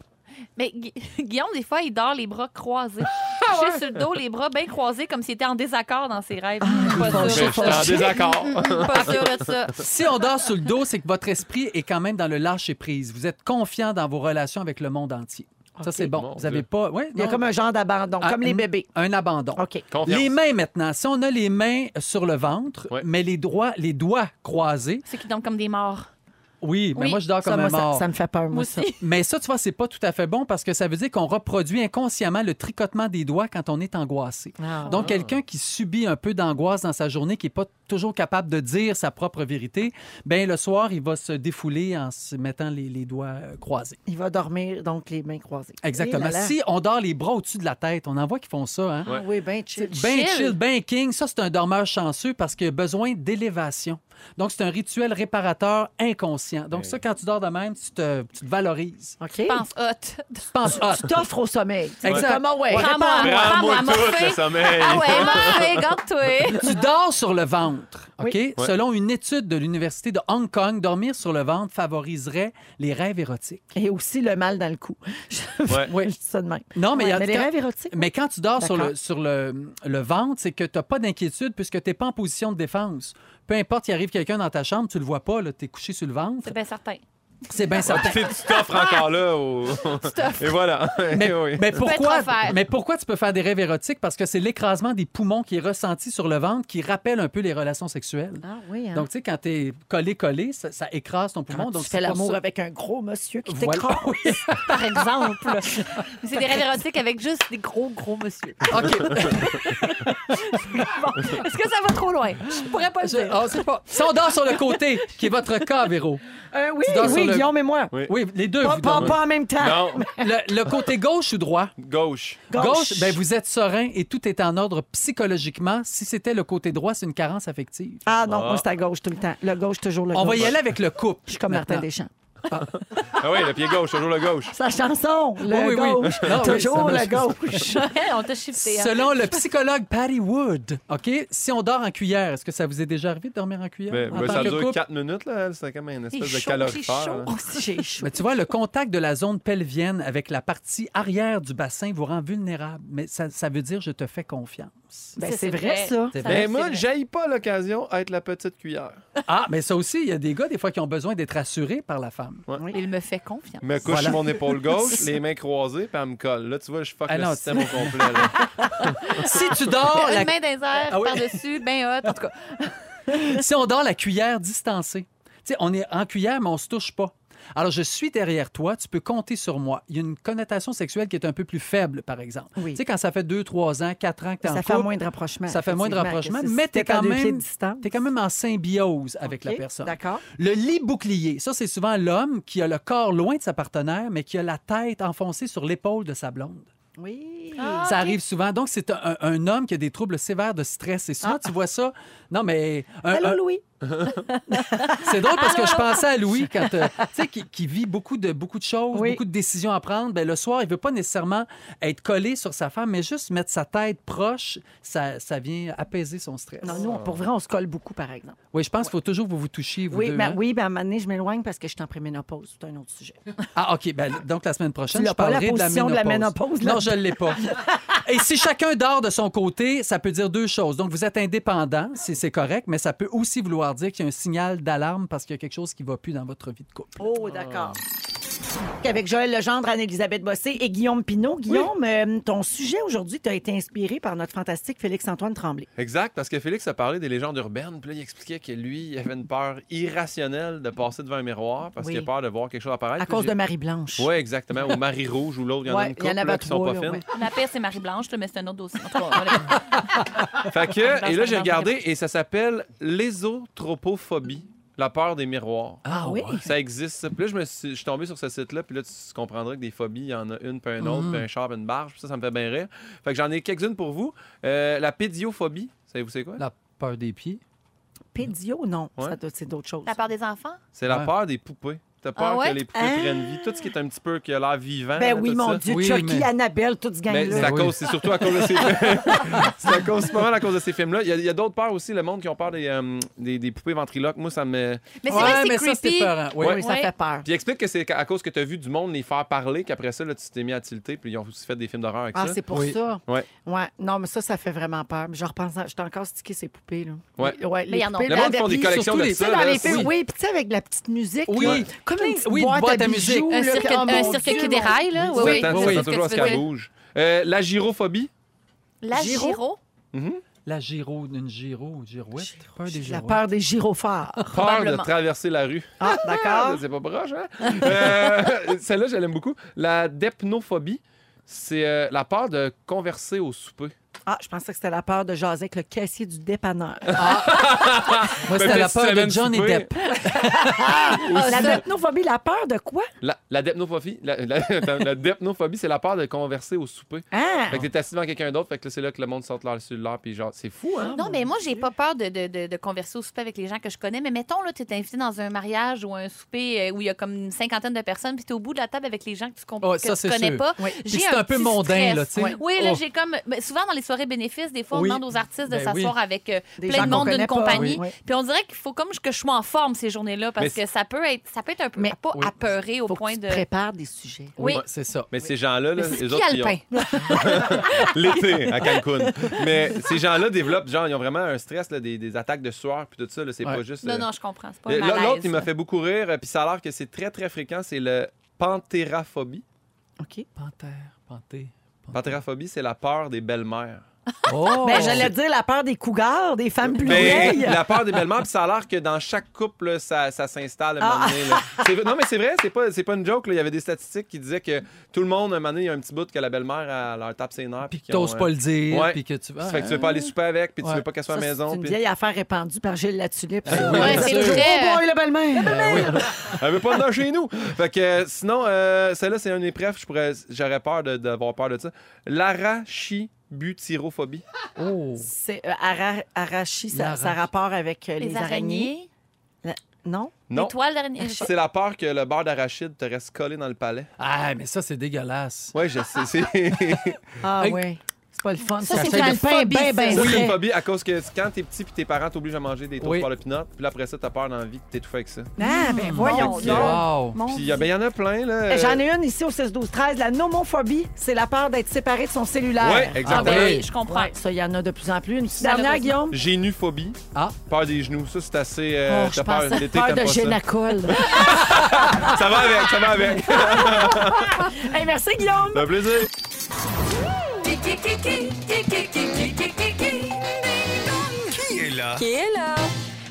E: Mais Gui- [laughs] Guillaume, des fois, il dort les bras
A: [laughs]
E: croisés. Couché sur le dos, les bras bien croisés, comme s'il était en désaccord dans ses
A: Ah,
E: rêves. pas
B: Ben, Je
E: sûr.
B: suis en désaccord.
E: Pas sûr de ça.
D: Si on dort sur le dos, c'est que votre esprit est quand même dans le lâcher-prise. Vous êtes confiant dans vos relations avec le monde entier. Ça, c'est bon.
B: Mon
D: Vous n'avez
B: Dieu.
D: pas... ouais,
A: Il y a
D: non.
A: comme un genre d'abandon,
D: Ah,
A: comme les
D: mm,
A: bébés.
D: Un abandon.
A: OK.
B: Confiance.
D: Les mains maintenant. Si on a les mains sur le ventre,
B: Ouais.
D: mais les, droits, les doigts croisés,
E: Ceux qui dorment comme des morts.
D: oui, mais
E: Oui.
D: moi je dors
A: Ça,
D: comme un
A: moi, ça,
D: mort.
A: ça me fait peur, moi,
E: Moi
A: ça.
E: aussi.
D: Mais ça, tu vois, c'est pas tout à fait bon parce que ça veut dire qu'on reproduit inconsciemment le tricotement des doigts quand on est angoissé.
A: Ah.
D: Donc, quelqu'un qui subit un peu d'angoisse dans sa journée, qui n'est pas toujours capable de dire sa propre vérité, ben le soir, il va se défouler en se mettant les, les doigts euh, croisés.
A: Il va dormir, donc, les mains croisées.
D: Exactement.
A: Eh là là.
D: Si on dort les bras au-dessus de la tête, on en voit qui font ça, hein?
A: Ah oui, ben chill.
D: Ben
E: Chill.
D: chill, ben king, ça c'est un dormeur chanceux parce qu'il a besoin d'élévation. Donc, c'est un rituel réparateur inconscient.
A: Eh.
D: Donc, ça, quand tu dors de même, tu te, tu te valorises. ah,
A: OK?
E: Pense hot.
A: Pense- tu t'offres au sommeil.
D: Exact.
A: Exactement, ouais.
E: Prends-moi, prends-moi,
B: Prends-moi tout
E: morphée.
B: le sommeil.
E: Ah ouais, morphée,
A: [laughs]
E: garde-toi.
D: Tu dors sur le ventre, OK?
A: Oui.
B: Ouais.
D: Selon une étude de l'Université de Hong Kong, dormir sur le ventre favoriserait les rêves érotiques.
A: Et aussi le mal dans le cou. [laughs]
B: Ouais.
A: Je dis ça de même.
D: Non, mais il y a-
A: mais les rêves érotiques.
D: Mais quand tu dors sur le,
A: D'accord.
D: sur le, le ventre, c'est que tu n'as pas d'inquiétude puisque tu n'es pas en position de défense. Peu importe, il arrive quelqu'un dans ta chambre, tu le vois pas, tu es couché sur le ventre.
E: C'est bien certain.
D: C'est bien
B: Ah,
D: certain.
B: tu tu t'offres encore là. au- Et voilà. [laughs]
D: Mais,
B: Eh oui.
D: mais
E: peux
D: pourquoi,
E: être offert.
D: mais pourquoi tu peux faire des rêves érotiques? Parce que c'est l'écrasement des poumons qui est ressenti sur le ventre qui rappelle un peu les relations sexuelles.
A: Ah oui, hein.
D: Donc, tu sais, quand tu es collé-collé, ça, ça écrase ton poumon.
A: Quand
D: donc
A: tu fais
D: c'est pour
A: l'amour
D: ça-
A: avec un gros monsieur [laughs] qui
D: Voilà.
A: t'écrase.
D: Oui.
E: par exemple. Mais C'est des rêves érotiques avec juste des gros, gros monsieur.
D: [laughs] OK.
E: Est-ce que ça va trop loin? Je pourrais pas le
D: Je-
E: dire.
A: ah,
D: on sait pas. Si on dort sur le côté, qui est votre cas, Véro.
A: [laughs] Euh, oui,
D: Tu dors sur
A: oui,
D: le-
A: Guillaume et moi.
B: Oui.
D: Oui, les deux.
A: Pas,
D: vous
A: pas-
D: dormez.
A: pas en même temps.
B: Non,
D: Le- le côté gauche ou droit?
B: gauche.
A: Gauche.
D: Gauche, ben vous êtes serein et tout est en ordre psychologiquement. Si c'était le côté droit, c'est une carence affective.
A: Ah non, moi
B: Ah.
A: c'est à gauche tout le temps. Le gauche, toujours le
D: On va
A: gauche.
D: y aller avec le couple.
A: Je suis comme Martin Deschamps.
B: Ah oui, le pied gauche, toujours le gauche.
A: Sa chanson, le
D: Oui, oui, oui.
A: gauche.
D: Non, oui,
A: toujours le
D: ça marche. [laughs]
A: gauche.
E: on t'a shifté. hein.
D: Selon
A: [laughs]
D: le psychologue Patty Wood, OK, si on dort en cuillère, est-ce que ça vous est déjà arrivé de dormir en cuillère?
B: Mais,
D: En
B: mais
D: tant
B: Ben, ça
D: que
B: dure
D: couple?
B: 4 minutes, là. elle, C'est comme une
E: Il est
B: espèce de
E: chaud, il est
B: calorifère.
E: chaud.
B: là.
A: Oh, si j'ai chaud.
D: Mais Ben, tu vois, le contact de la zone pelvienne avec la partie arrière du bassin vous rend vulnérable. Mais ça, ça veut dire je te fais confiance.
A: Ben,
E: Ça,
A: c'est vrai, ça.
D: C'est
B: Ben
E: vrai,
B: moi,
E: c'est
B: j'aille pas l'occasion à être la petite cuillère.
D: Ah, mais ça aussi, il y a des gars, des fois, qui ont besoin d'être assurés par la
A: [laughs]
D: femme.
E: Il me fait confiance.
B: Me couche
D: Voilà.
B: sur mon épaule gauche, les mains croisées, puis elle me colle. Là, tu vois, je fuck
D: Ah
B: le
D: non,
B: système au complet. là.
D: Si tu
B: euh,
D: dors,
E: Une
D: la-
E: Oh, main dans les airs,
D: Ah oui.
E: par-dessus, ben hot, en tout cas.
D: si on dort la cuillère distancée, tu sais, on est en cuillère, mais on se touche pas. Alors, je suis derrière toi, tu peux compter sur moi. Il y a une connotation sexuelle qui est un peu plus faible, par exemple.
A: Oui.
D: Tu sais, quand ça fait 2, 3 ans, 4 ans que tu es en
A: Ça fait
D: couple,
A: moins de rapprochement.
D: ça fait moins de
A: effectivement,
D: rapprochement,
A: que si
D: mais
A: c'était
D: t'es quand
A: à deux
D: même-
A: pieds de distance.
D: t'es quand même en symbiose avec la
A: OK,
D: personne.
A: D'accord.
D: Le lit bouclier, ça, c'est souvent l'homme qui a le corps loin de sa partenaire, mais qui a la tête enfoncée sur l'épaule de sa blonde.
A: Oui.
D: Ça arrive souvent. Donc, c'est un, un homme qui a des troubles sévères de stress. Et souvent, tu vois ça. Non, mais. un- un-
A: Ah. Allô, Louis.
D: C'est drôle parce que je pensais à Louis quand euh, tu sais qui, qui vit beaucoup de beaucoup de choses,
A: Oui.
D: beaucoup de décisions à prendre. Ben le soir, il veut pas nécessairement être collé sur sa femme, mais juste mettre sa tête proche, ça, ça vient apaiser son stress.
A: Non, nous, on- pour vrai, on se colle beaucoup, par exemple.
D: Oui, je pense qu'il faut toujours que vous vous touchiez vous
A: Oui,
D: deux.
A: ben,
D: hein?
A: oui, ben, à un moment donné, je m'éloigne parce que je suis en préménopause. C'est un autre
B: [laughs]
A: sujet.
D: Ah ok. Ben, donc la semaine prochaine,
A: Tu l'as
D: je
A: pas, la
D: parlerai de, la
A: position de la ménopause, là?
D: Non, je
A: [laughs]
D: l'ai pas. Et si chacun dort de son côté, ça peut dire deux choses. Donc vous êtes indépendant, si c'est correct, mais ça peut aussi vouloir dire qu'il y a un signal d'alarme parce qu'il y a quelque chose qui va plus dans votre vie de couple.
A: Oh, d'accord. Avec Joël Legendre, Anne-Élisabeth Bossé et Guillaume Pinault. Guillaume, euh, ton sujet aujourd'hui, tu as été inspiré par notre fantastique Félix-Antoine Tremblay.
B: Exact, parce que Félix a parlé des légendes urbaines, puis là, il expliquait que lui, il avait une peur irrationnelle de passer devant un miroir parce
A: Oui.
B: qu'il a peur de voir quelque chose apparaître.
A: À cause de Marie-Blanche.
B: Oui, exactement. Ou Marie Rouge ou l'autre, il y en a
A: Ouais,
B: une
A: il y en
B: couple là,
A: avait
B: qui sont
A: trois,
B: pas
A: là,
B: fines.
A: ouais.
E: La pire, c'est Marie-Blanche, là, mais c'est un autre
B: [laughs]
E: dossier. En tout cas, on va-
A: [laughs]
B: Fait que, et là, j'ai
E: Blanche,
B: regardé et ça s'appelle l'ésotropophobie, la peur des miroirs.
A: Ah oui?
B: Ça existe. ça. Puis là, je me suis, je suis tombé sur ce site-là, puis là, tu comprendras que des phobies, il y en a une, puis une autre,
A: Mm.
B: puis un char, puis une barge, puis ça, ça me fait bien rire. Fait que j'en ai quelques-unes pour vous. Euh, la pédiophobie, savez-vous c'est quoi?
D: La peur des pieds.
A: Pédio, non.
B: Ouais.
A: Ça doit- C'est d'autres choses.
E: La part des enfants?
B: C'est la
D: Ouais.
B: peur des poupées. T'as peur
E: Ah ouais?
B: que les poupées prennent vie. Tout ce qui est un petit peu qui a l'air vivant.
A: Ben
B: là,
A: oui,
B: tout
A: mon
B: ça.
A: Dieu.
D: Oui,
A: Chucky,
D: mais-
A: Annabelle, tout ce
B: Mais
A: gang-là.
B: c'est à
D: Ben
B: cause, c'est surtout à cause de ces
A: [laughs]
B: c'est
D: [laughs]
B: à cause, c'est pas mal à cause de ces films-là. Il y a, il y a d'autres peurs aussi, le monde qui ont peur des, euh, des, des poupées ventriloques. Moi, ça me.
E: Mais c'est
D: Ouais,
E: vrai que
D: mais
E: c'est
D: ça, c'est
E: creepy.
D: peurant. Oui.
A: Oui, ça
E: Ouais.
A: fait peur.
B: Puis explique que c'est à cause que t'as vu du monde les faire parler qu'après ça, là, tu t'es mis à tilter. Puis ils ont aussi fait des films d'horreur avec
A: Ah,
B: ça.
A: c'est pour
D: Oui.
A: ça.
B: Ouais.
A: Ouais. Non, mais ça, ça fait vraiment peur. Mais Je repense, à- j'étais encore stické ces poupées là.
B: Ouais.
A: Les- ouais
E: Mais
A: les
E: y en a
A: poupées,
B: Le
A: là,
B: monde font
A: avec-
B: des collections
D: surtout
B: de
D: les-
A: Tu
B: ça.
A: sais, dans
B: là,
A: les
B: c'est-
A: films, oui,
D: oui.
A: puis tu sais, avec de la petite musique.
D: Oui.
A: là. comme
D: Plein-
A: une petite
D: oui, une
A: boîte,
D: boîte
A: à
D: à
A: musique.
D: musique.
E: Un cirque, un cirque qui déraille, là.
B: Tu
E: Oui,
B: t'attends-
E: oui. c'est
B: tu
E: ce
B: t'attends
E: que
B: toujours à
E: tu
B: ce
E: veux
B: qu'elle
E: dire.
B: bouge. Euh, la gyrophobie.
E: La
A: Giro.
E: gyro.
D: La gyro, une gyro, une girouette. Peur des
A: La
D: girouettes.
A: peur des
B: [laughs]
A: gyrophares.
B: Peur de
E: Probablement.
B: traverser la rue.
A: Ah,
B: Ah,
A: d'accord.
B: c'est pas proche, hein? Euh, [laughs] Celle-là, je l'aime beaucoup. La dépnophobie, c'est euh, la peur de converser au souper.
A: Ah, je pensais que c'était la peur de jaser avec le caissier du dépanneur.
D: Moi, c'était
B: Ben,
D: la
B: si
D: peur
B: tu
D: de
B: l'amènes
D: Johnny
B: souper.
D: Depp.
A: la dethnophobie, la peur de quoi?
B: La, la dépnophobie, la, [laughs] la- attends, la dépnophobie, c'est la peur de converser au souper.
A: Ah!
B: Fait que t'es assis devant quelqu'un d'autre, fait que là, c'est là que le monde sort leur cellulaire, puis genre, c'est fou,
D: Ah,
B: hein?
E: Non, mais moi, j'ai pas peur de, de, de, de converser au souper avec les gens que je connais. Mais mettons, là, tu es invité dans un mariage ou un souper euh, où il y a comme une cinquantaine de personnes, puis tu es au bout de la table avec les gens que tu, comp-
D: Ah,
E: que
D: ça,
E: tu
D: c'est
E: connais
D: sûr.
E: pas.
A: Oui.
E: J'ai
D: Puis c'est un peu
E: petit
D: mondain,
E: stress.
D: là, tu sais.
E: Oui, là,
D: Oh.
E: j'ai comme. ben, souvent, dans les soirées bénéfices, des fois, on
D: Oui.
E: demande aux artistes de
D: Ben
E: s'asseoir avec euh,
A: Des gens
E: plein de
A: qu'on
E: monde d'une
A: connaît pas,
E: compagnie.
A: oui.
E: Puis on dirait qu'il faut comme que je sois en forme ces journées-là, parce
B: Mais
E: que ça peut être, ça peut être un peu
A: Mais-
E: pas
D: Oui.
E: apeuré au
A: Faut
E: point
A: que
E: de.
A: tu prépares des sujets.
E: Oui.
B: Ouais.
D: C'est ça.
B: Mais ces gens-là, là,
E: Le
B: les
E: ski
B: autres, ils ont-
E: alpin.
B: l'été à Cancun. Mais ces gens-là développent, genre, ils ont vraiment un stress, là, des, des attaques de sueur, puis tout ça, là, c'est
D: Ouais.
B: pas juste.
E: Non,
B: euh,
E: non, je comprends. C'est pas un
B: Là,
E: malaise.
B: L'autre, il m'a
E: là.
B: fait beaucoup rire, euh, puis ça a l'air que c'est très, très fréquent, c'est le pantéraphobie.
A: OK.
D: Panthère, panthé.
B: Pantéraphobie, c'est la peur des belles-mères.
D: Oh!
A: Ben, j'allais dire la peur des cougars, des femmes plus
B: Ben,
A: vieilles.
B: la peur des belles-mères, puis ça a l'air que dans chaque couple, là, ça, ça s'installe à un
D: Ah.
B: moment donné, là. C'est- Non, mais c'est vrai, c'est pas, c'est pas une joke. là. Il y avait des statistiques qui disaient que tout le monde, à un moment donné, il y a un petit bout que la belle-mère elle leur tape ses nerfs.
D: Puis que
B: qu'ils ont,
D: t'oses
B: euh,
D: pas le dire,
B: ouais.
D: puis que tu Ah,
B: Ça fait que tu veux pas aller souper avec, puis tu
D: Ouais.
B: veux pas qu'elle soit à
A: Ça,
B: la maison.
A: C'est une
B: puis-
A: vieille affaire répandue par Gilles Latulippe.
D: oui, Ouais, bien c'est sûr.
E: très,
A: Oh boy, le belle-mère!
B: Elle veut pas de chez
D: [laughs]
B: nous. Fait que euh, sinon, euh, celle-là, c'est un épreuve. Je pourrais, j'aurais peur de- d'avoir peur de ça. L'arachibutyrophobie.
D: Oh!
A: C'est euh, ara- arachi, ça,
D: L'arachi.
A: ça a rapport avec euh, les,
E: Les
A: araignées.
E: araignées,
A: Non?
B: Non.
E: les toiles d'araignées.
B: C'est la peur que le beurre d'arachide te reste collé dans le palais.
D: Ah, mais ça, c'est dégueulasse.
B: Ouais, je sais. C'est
A: Ah
D: Hey.
A: oui. C'est pas le fun.
E: Ça,
A: Ça,
E: c'est
A: c'est
E: une
A: le pain
E: phobie,
A: bien, bien
B: Ça, c'est une
A: frais.
B: phobie à cause que quand t'es petit puis tes parents t'obligent à manger des toasts
D: Oui.
B: par le pinot, puis là, après ça, t'as peur dans la vie de t'étouffer avec ça.
A: Ah, ben voyons
B: Fait que,
A: donc.
D: Wow!
B: Puis il y, a- ben, y en a plein, là.
A: Euh, Oh J'en ai une ici au 16-12-13. La nomophobie, c'est la peur d'être séparé de son cellulaire.
B: Ouais,
E: Ah,
B: exactement.
E: ben
D: Ouais.
E: oui, je comprends.
A: Ouais, ça, il y en a de plus en plus. Une petite dernière,
E: Malheureusement.
A: Guillaume.
B: Génuphobie.
D: Ah.
B: Peur des genoux. Ça, c'est assez. euh,
A: Oh, je
B: t'as peur
A: pensais
B: l'été,
A: peur
B: t'aimes
A: de
B: pas ça.
A: génacole. [laughs]
B: Ça va avec, ça va avec. Ça
A: hey, merci, Guillaume.
B: fait plaisir.
F: Qui est là?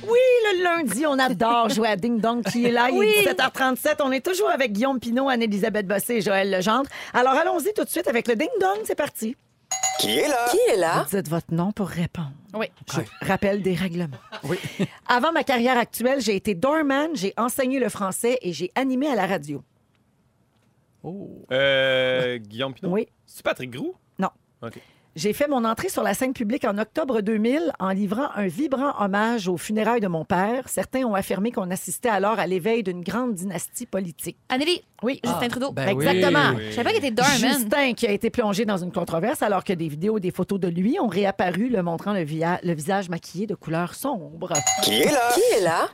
A: Oui, le lundi, on adore jouer à Ding Dong qui est là. Il est 17h37. On est toujours avec Guillaume Pinot, Anne-Elisabeth Bossé et Joël Legendre. Alors, allons-y tout de suite avec le Ding Dong. C'est parti. Vous dites votre nom pour répondre.
E: Oui.
A: Je rappelle des règlements. [laughs] Avant ma carrière actuelle, j'ai été doorman, j'ai enseigné le français et j'ai animé à la radio.
D: Oh!
B: Euh, Guillaume Pinot.
A: Oui.
B: C'est Patrick Groux?
A: J'ai fait mon entrée sur la scène publique en octobre 2000 en livrant un vibrant hommage aux funérailles de mon père. Certains ont affirmé qu'on assistait alors à l'éveil d'une grande dynastie politique.
E: Anneli,
A: Oui.
E: Justin
D: Ah,
E: Trudeau.
D: ben oui.
A: Exactement.
E: Je savais pas qu'il était Dorman.
A: Justin qui a été plongé dans une controverse alors que des vidéos, des photos de lui ont réapparu, le montrant le, via- le visage maquillé de couleur sombre.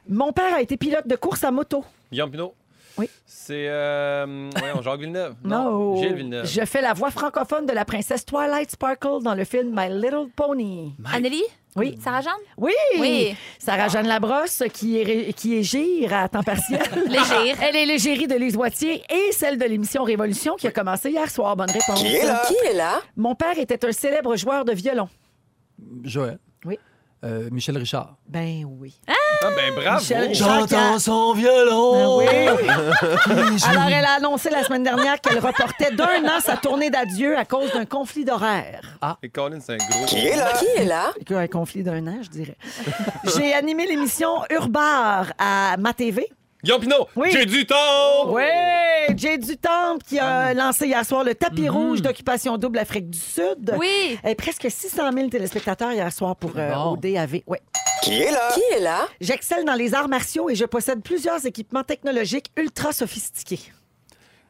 A: Mon père a été pilote de course à moto.
B: Guillaume Pinot.
A: Oui.
B: C'est. Euh, voyons, Jacques Villeneuve.
A: No.
B: Gilles Villeneuve.
A: Je fais la voix francophone de la princesse Twilight Sparkle dans le film My Little Pony.
E: Anneli?
A: Oui.
E: Sarah Jeanne?
A: Oui!
E: Oui.
A: Sarah-Jeanne Labrosse, qui est, ré- qui est gire à temps [laughs]
D: Ah,
A: partiel.
E: Légère.
A: Elle est l'égérie de Lise Wattier et celle de l'émission Révolution qui a commencé hier soir. Bonne réponse. Mon père était un célèbre joueur de violon.
D: Joël.
A: Oui.
D: Euh, Michel Richard.
A: Ben oui.
B: Ah, ben bravo.
A: Michel Richard. J'entends
D: J'entends son violon! [laughs]
A: Alors, elle a annoncé la semaine dernière qu'elle reportait d'un an sa tournée d'adieu à cause d'un conflit d'horaire.
B: Et Colin, c'est un gros.
A: un conflit d'un an, je dirais. J'ai animé l'émission Urbar à ma TV.
B: Guillaume Pinot.
A: Oui.
B: J'ai du temps.
A: Oui, Jay Dutemps qui a lancé hier soir le tapis rouge d'occupation double Afrique du Sud.
E: Oui.
A: Et presque 600 000 téléspectateurs hier soir pour euh,
D: Bon.
A: ODAV. Ouais. J'excelle dans les arts martiaux et je possède plusieurs équipements technologiques ultra sophistiqués.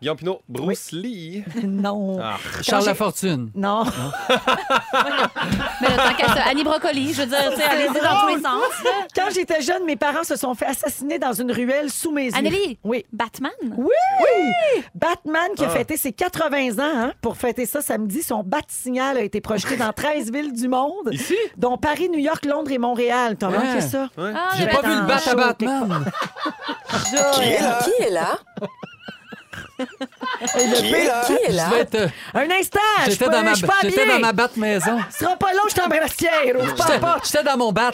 B: Guillaume Pinot.
A: [laughs]
B: Bruce Lee.
A: non.
B: Ah.
D: Charles
A: j'ai-
D: Lafortune.
A: Non.
E: Mais le temps qu'elle se- Annie Brocoli, je veux dire, tu sais, allez-y dans
D: Oh!
E: tous les sens. là.
A: [laughs] Quand j'étais jeune, mes parents se sont fait assassiner dans une ruelle sous mes yeux.
E: Anneli?
A: Oui.
E: Batman?
A: Oui! Batman
D: Ah.
A: qui a fêté ses 80 ans. hein. Pour fêter ça samedi, son bat-signal a été projeté dans 13 villes du monde.
B: Ici?
A: Dont Paris, New York, Londres et Montréal. T'as
D: Ouais. Hein?
A: manqué ça?
E: Ah,
D: J'ai
E: ben,
D: pas vu le
A: attends,
F: Euh,
D: bat à
A: chaud,
D: Batman.
A: Et le pire,
H: Qui est là?
D: Je vais être, euh,
A: Un instant! Ah, Je suis
D: J'étais
A: pas-
D: dans, ma,
A: je suis pas
D: j'étais
A: habillée.
D: dans ma batte maison.
A: Ce sera pas long, je suis en brassière. Ouvre pas la
D: J'étais-
A: porte.
D: J'étais dans mon bat.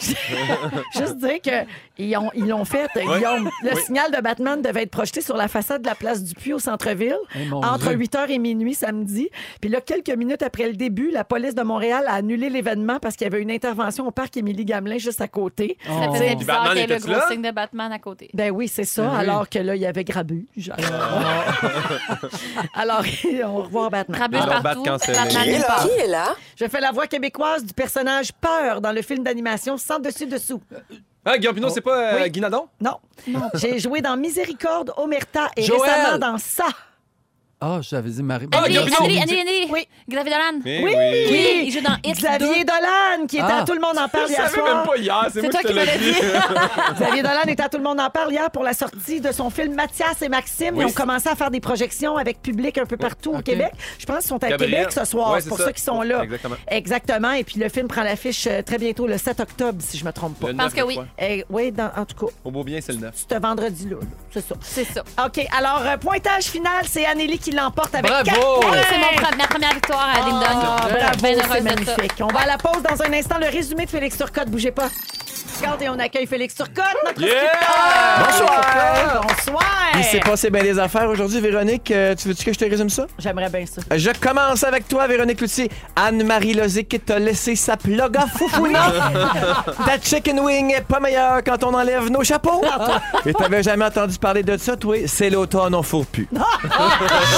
A: Juste dire que ils ont- ils l'ont fait, Guillaume. Le
B: Oui.
A: signal de Batman devait être projeté sur la façade de la place du Puy au centre-ville
D: Eh, mon
A: entre
D: Dieu.
A: 8h et minuit samedi. Puis là, quelques minutes après le début, la police de Montréal a annulé l'événement parce qu'il y avait une intervention au parc Émilie-Gamelin juste à côté.
E: Ça
D: Oh.
E: faisait
B: Puis
E: bizarre
B: Batman
E: qu'il y ait le
B: était-tu
E: gros
B: là?
E: signe de Batman à côté.
A: Ben oui, c'est ça,
D: Ben oui.
A: alors que là, il y avait
D: [laughs]
A: grabuge. alors, [laughs] on revoit Batman.
E: Trabuche
B: Alors,
E: partout.
B: Bat cancellé.
E: Batman
H: Qui
E: nulle
H: est là?
E: part.
H: Qui est là?
A: Je fais la voix québécoise du personnage Peur dans le film d'animation Sans dessus-dessous.
B: Ah, Guillaume Pinot, c'est pas euh,
A: Oui.
B: Guinadon?
A: Non. J'ai joué dans Miséricorde, Omerta et
D: Joël.
A: récemment dans Ça.
D: Ah, j'avais dit Marie.
B: Ah,
E: Anneli,
B: Guillaume Pinot.
E: Anneli, Anneli, Anneli.
A: Oui.
E: Xavier Dolan.
B: Eh
A: Oui.
E: Oui, il joue dans X2.
A: Xavier Dolan, qui était
D: Ah.
A: à Tout le monde en
B: Je
A: parle hier
B: savais même
A: soir.
B: pas hier, c'est
E: C'est
B: moi
E: toi
B: qui te
E: qui me l'as
B: l'ai dit.
A: Xavier Dolan était à Tout le monde en parle hier pour la sortie de son film Mathias et Maxime.
B: Oui.
A: Ils ont commencé à faire des projections avec public un peu partout au
D: OK.
A: Québec. Je pense qu'ils sont à
B: Gabriel.
A: Québec ce soir.
B: Ouais,
A: c'est
B: c'est
A: pour
B: ça.
A: ça, qu'ils sont là.
B: Exactement.
A: Exactement. Et puis le film prend l'affiche euh, très bientôt, le 7 octobre, si je me trompe pas.
B: Le
E: pense
B: neuf,
E: que
B: je
E: oui.
B: crois.
A: Eh, oui, dans- en tout cas,
B: Au beau bien, c'est le 9.
A: ce vendredi-là. là. C'est ça.
E: C'est ça.
A: OK. Alors, euh, pointage final, c'est Anneli qui l'emporte avec
D: Bravo!
A: quatre points.
E: C'est mon pre- ma première victoire à Ding
A: Ah,
E: Dong.
A: bravo,
E: Bien
A: c'est
E: heureuse de ça.
A: magnifique. On va à la pause dans un instant. Le résumé de Félix Turcotte, bougez pas. Regarde, et on accueille Félix Turcotte, notre
B: Yeah!
A: Bonsoir. Bonsoir.
H: Il s'est passé bien des affaires aujourd'hui, Véronique. euh, tu veux-tu que je te résume ça?
A: J'aimerais bien ça.
H: Je commence avec toi, Véronique Loutier. Anne-Marie Lozic t'a laissé sa plug à foufouna. Ta chicken wing est pas meilleure quand on enlève nos chapeaux. Et t'avais jamais entendu parler de ça, toi? C'est l'automne, on fourre plus.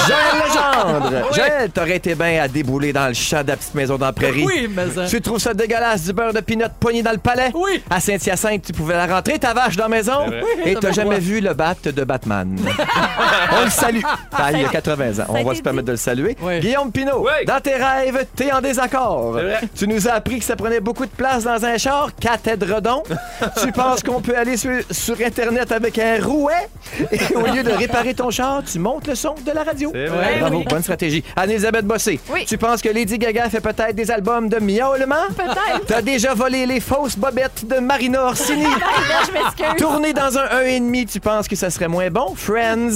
H: Joël Legendre. Joël, t'aurais été bien à débouler dans le champ de la petite maison dans la prairie.
D: Oui, mais euh, ça.
H: Tu trouves ça dégueulasse, du beurre de pinot poigné dans le palais?
D: Oui.
H: À Saint-Hyacinthe, tu pouvais la rentrer, ta vache, dans la maison.
B: C'est vrai.
H: Et t'as jamais vu le bat
B: [laughs]
H: de Batman. On le salue. Pareil, il a 80 ans. On va se permettre de le saluer.
D: Oui.
H: Guillaume Pinot,
B: Oui.
H: dans tes rêves, t'es en désaccord.
B: C'est vrai.
H: Tu nous as appris que ça prenait beaucoup de place dans un char,
B: [laughs]
H: cathédredon. tu penses qu'on peut aller sur, sur Internet avec un rouet? Et au lieu de réparer ton char, tu montes le son de la radio.
B: C'est vrai.
H: Bravo, bonne stratégie. Anne-Elisabeth Bossé,
E: Oui.
H: tu penses que Lady Gaga fait peut-être des albums de miaulement? Peut-être. T'as déjà volé les fausses bobettes de Marina
E: [laughs]
H: Orsini.
E: Je m'excuse.
H: Tourner dans un 1,5, tu penses que ça serait moins bon? Friends,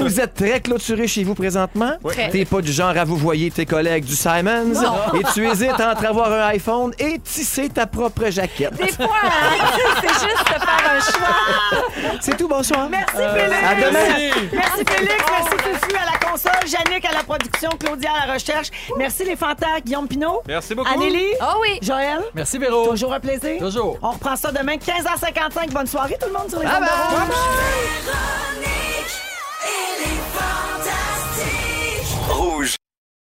H: vous êtes très clôturés chez vous présentement.
E: Très.
H: T'es pas du genre à vous voyer tes collègues du Simons. Et tu hésites entre avoir un iPhone et tisser ta propre jaquette.
E: Des [laughs] fois, hein, c'est juste de faire un choix.
H: C'est tout, bonsoir.
A: Merci, Félix.
H: Euh, À demain.
A: Merci, Félix. Merci, Fufu, à la console. Yannick à la production. Claudia à la recherche. Merci, les fantas. Guillaume Pinot.
B: Merci beaucoup.
A: Anneli.
E: Oh oui.
A: Joël.
D: Merci, Véro.
A: Toujours un plaisir.
D: Toujours.
A: On reprend ça demain, 15h55. Bonne soirée, tout le monde, sur les ondes de
H: bye.
A: Rouge.
F: Rouge.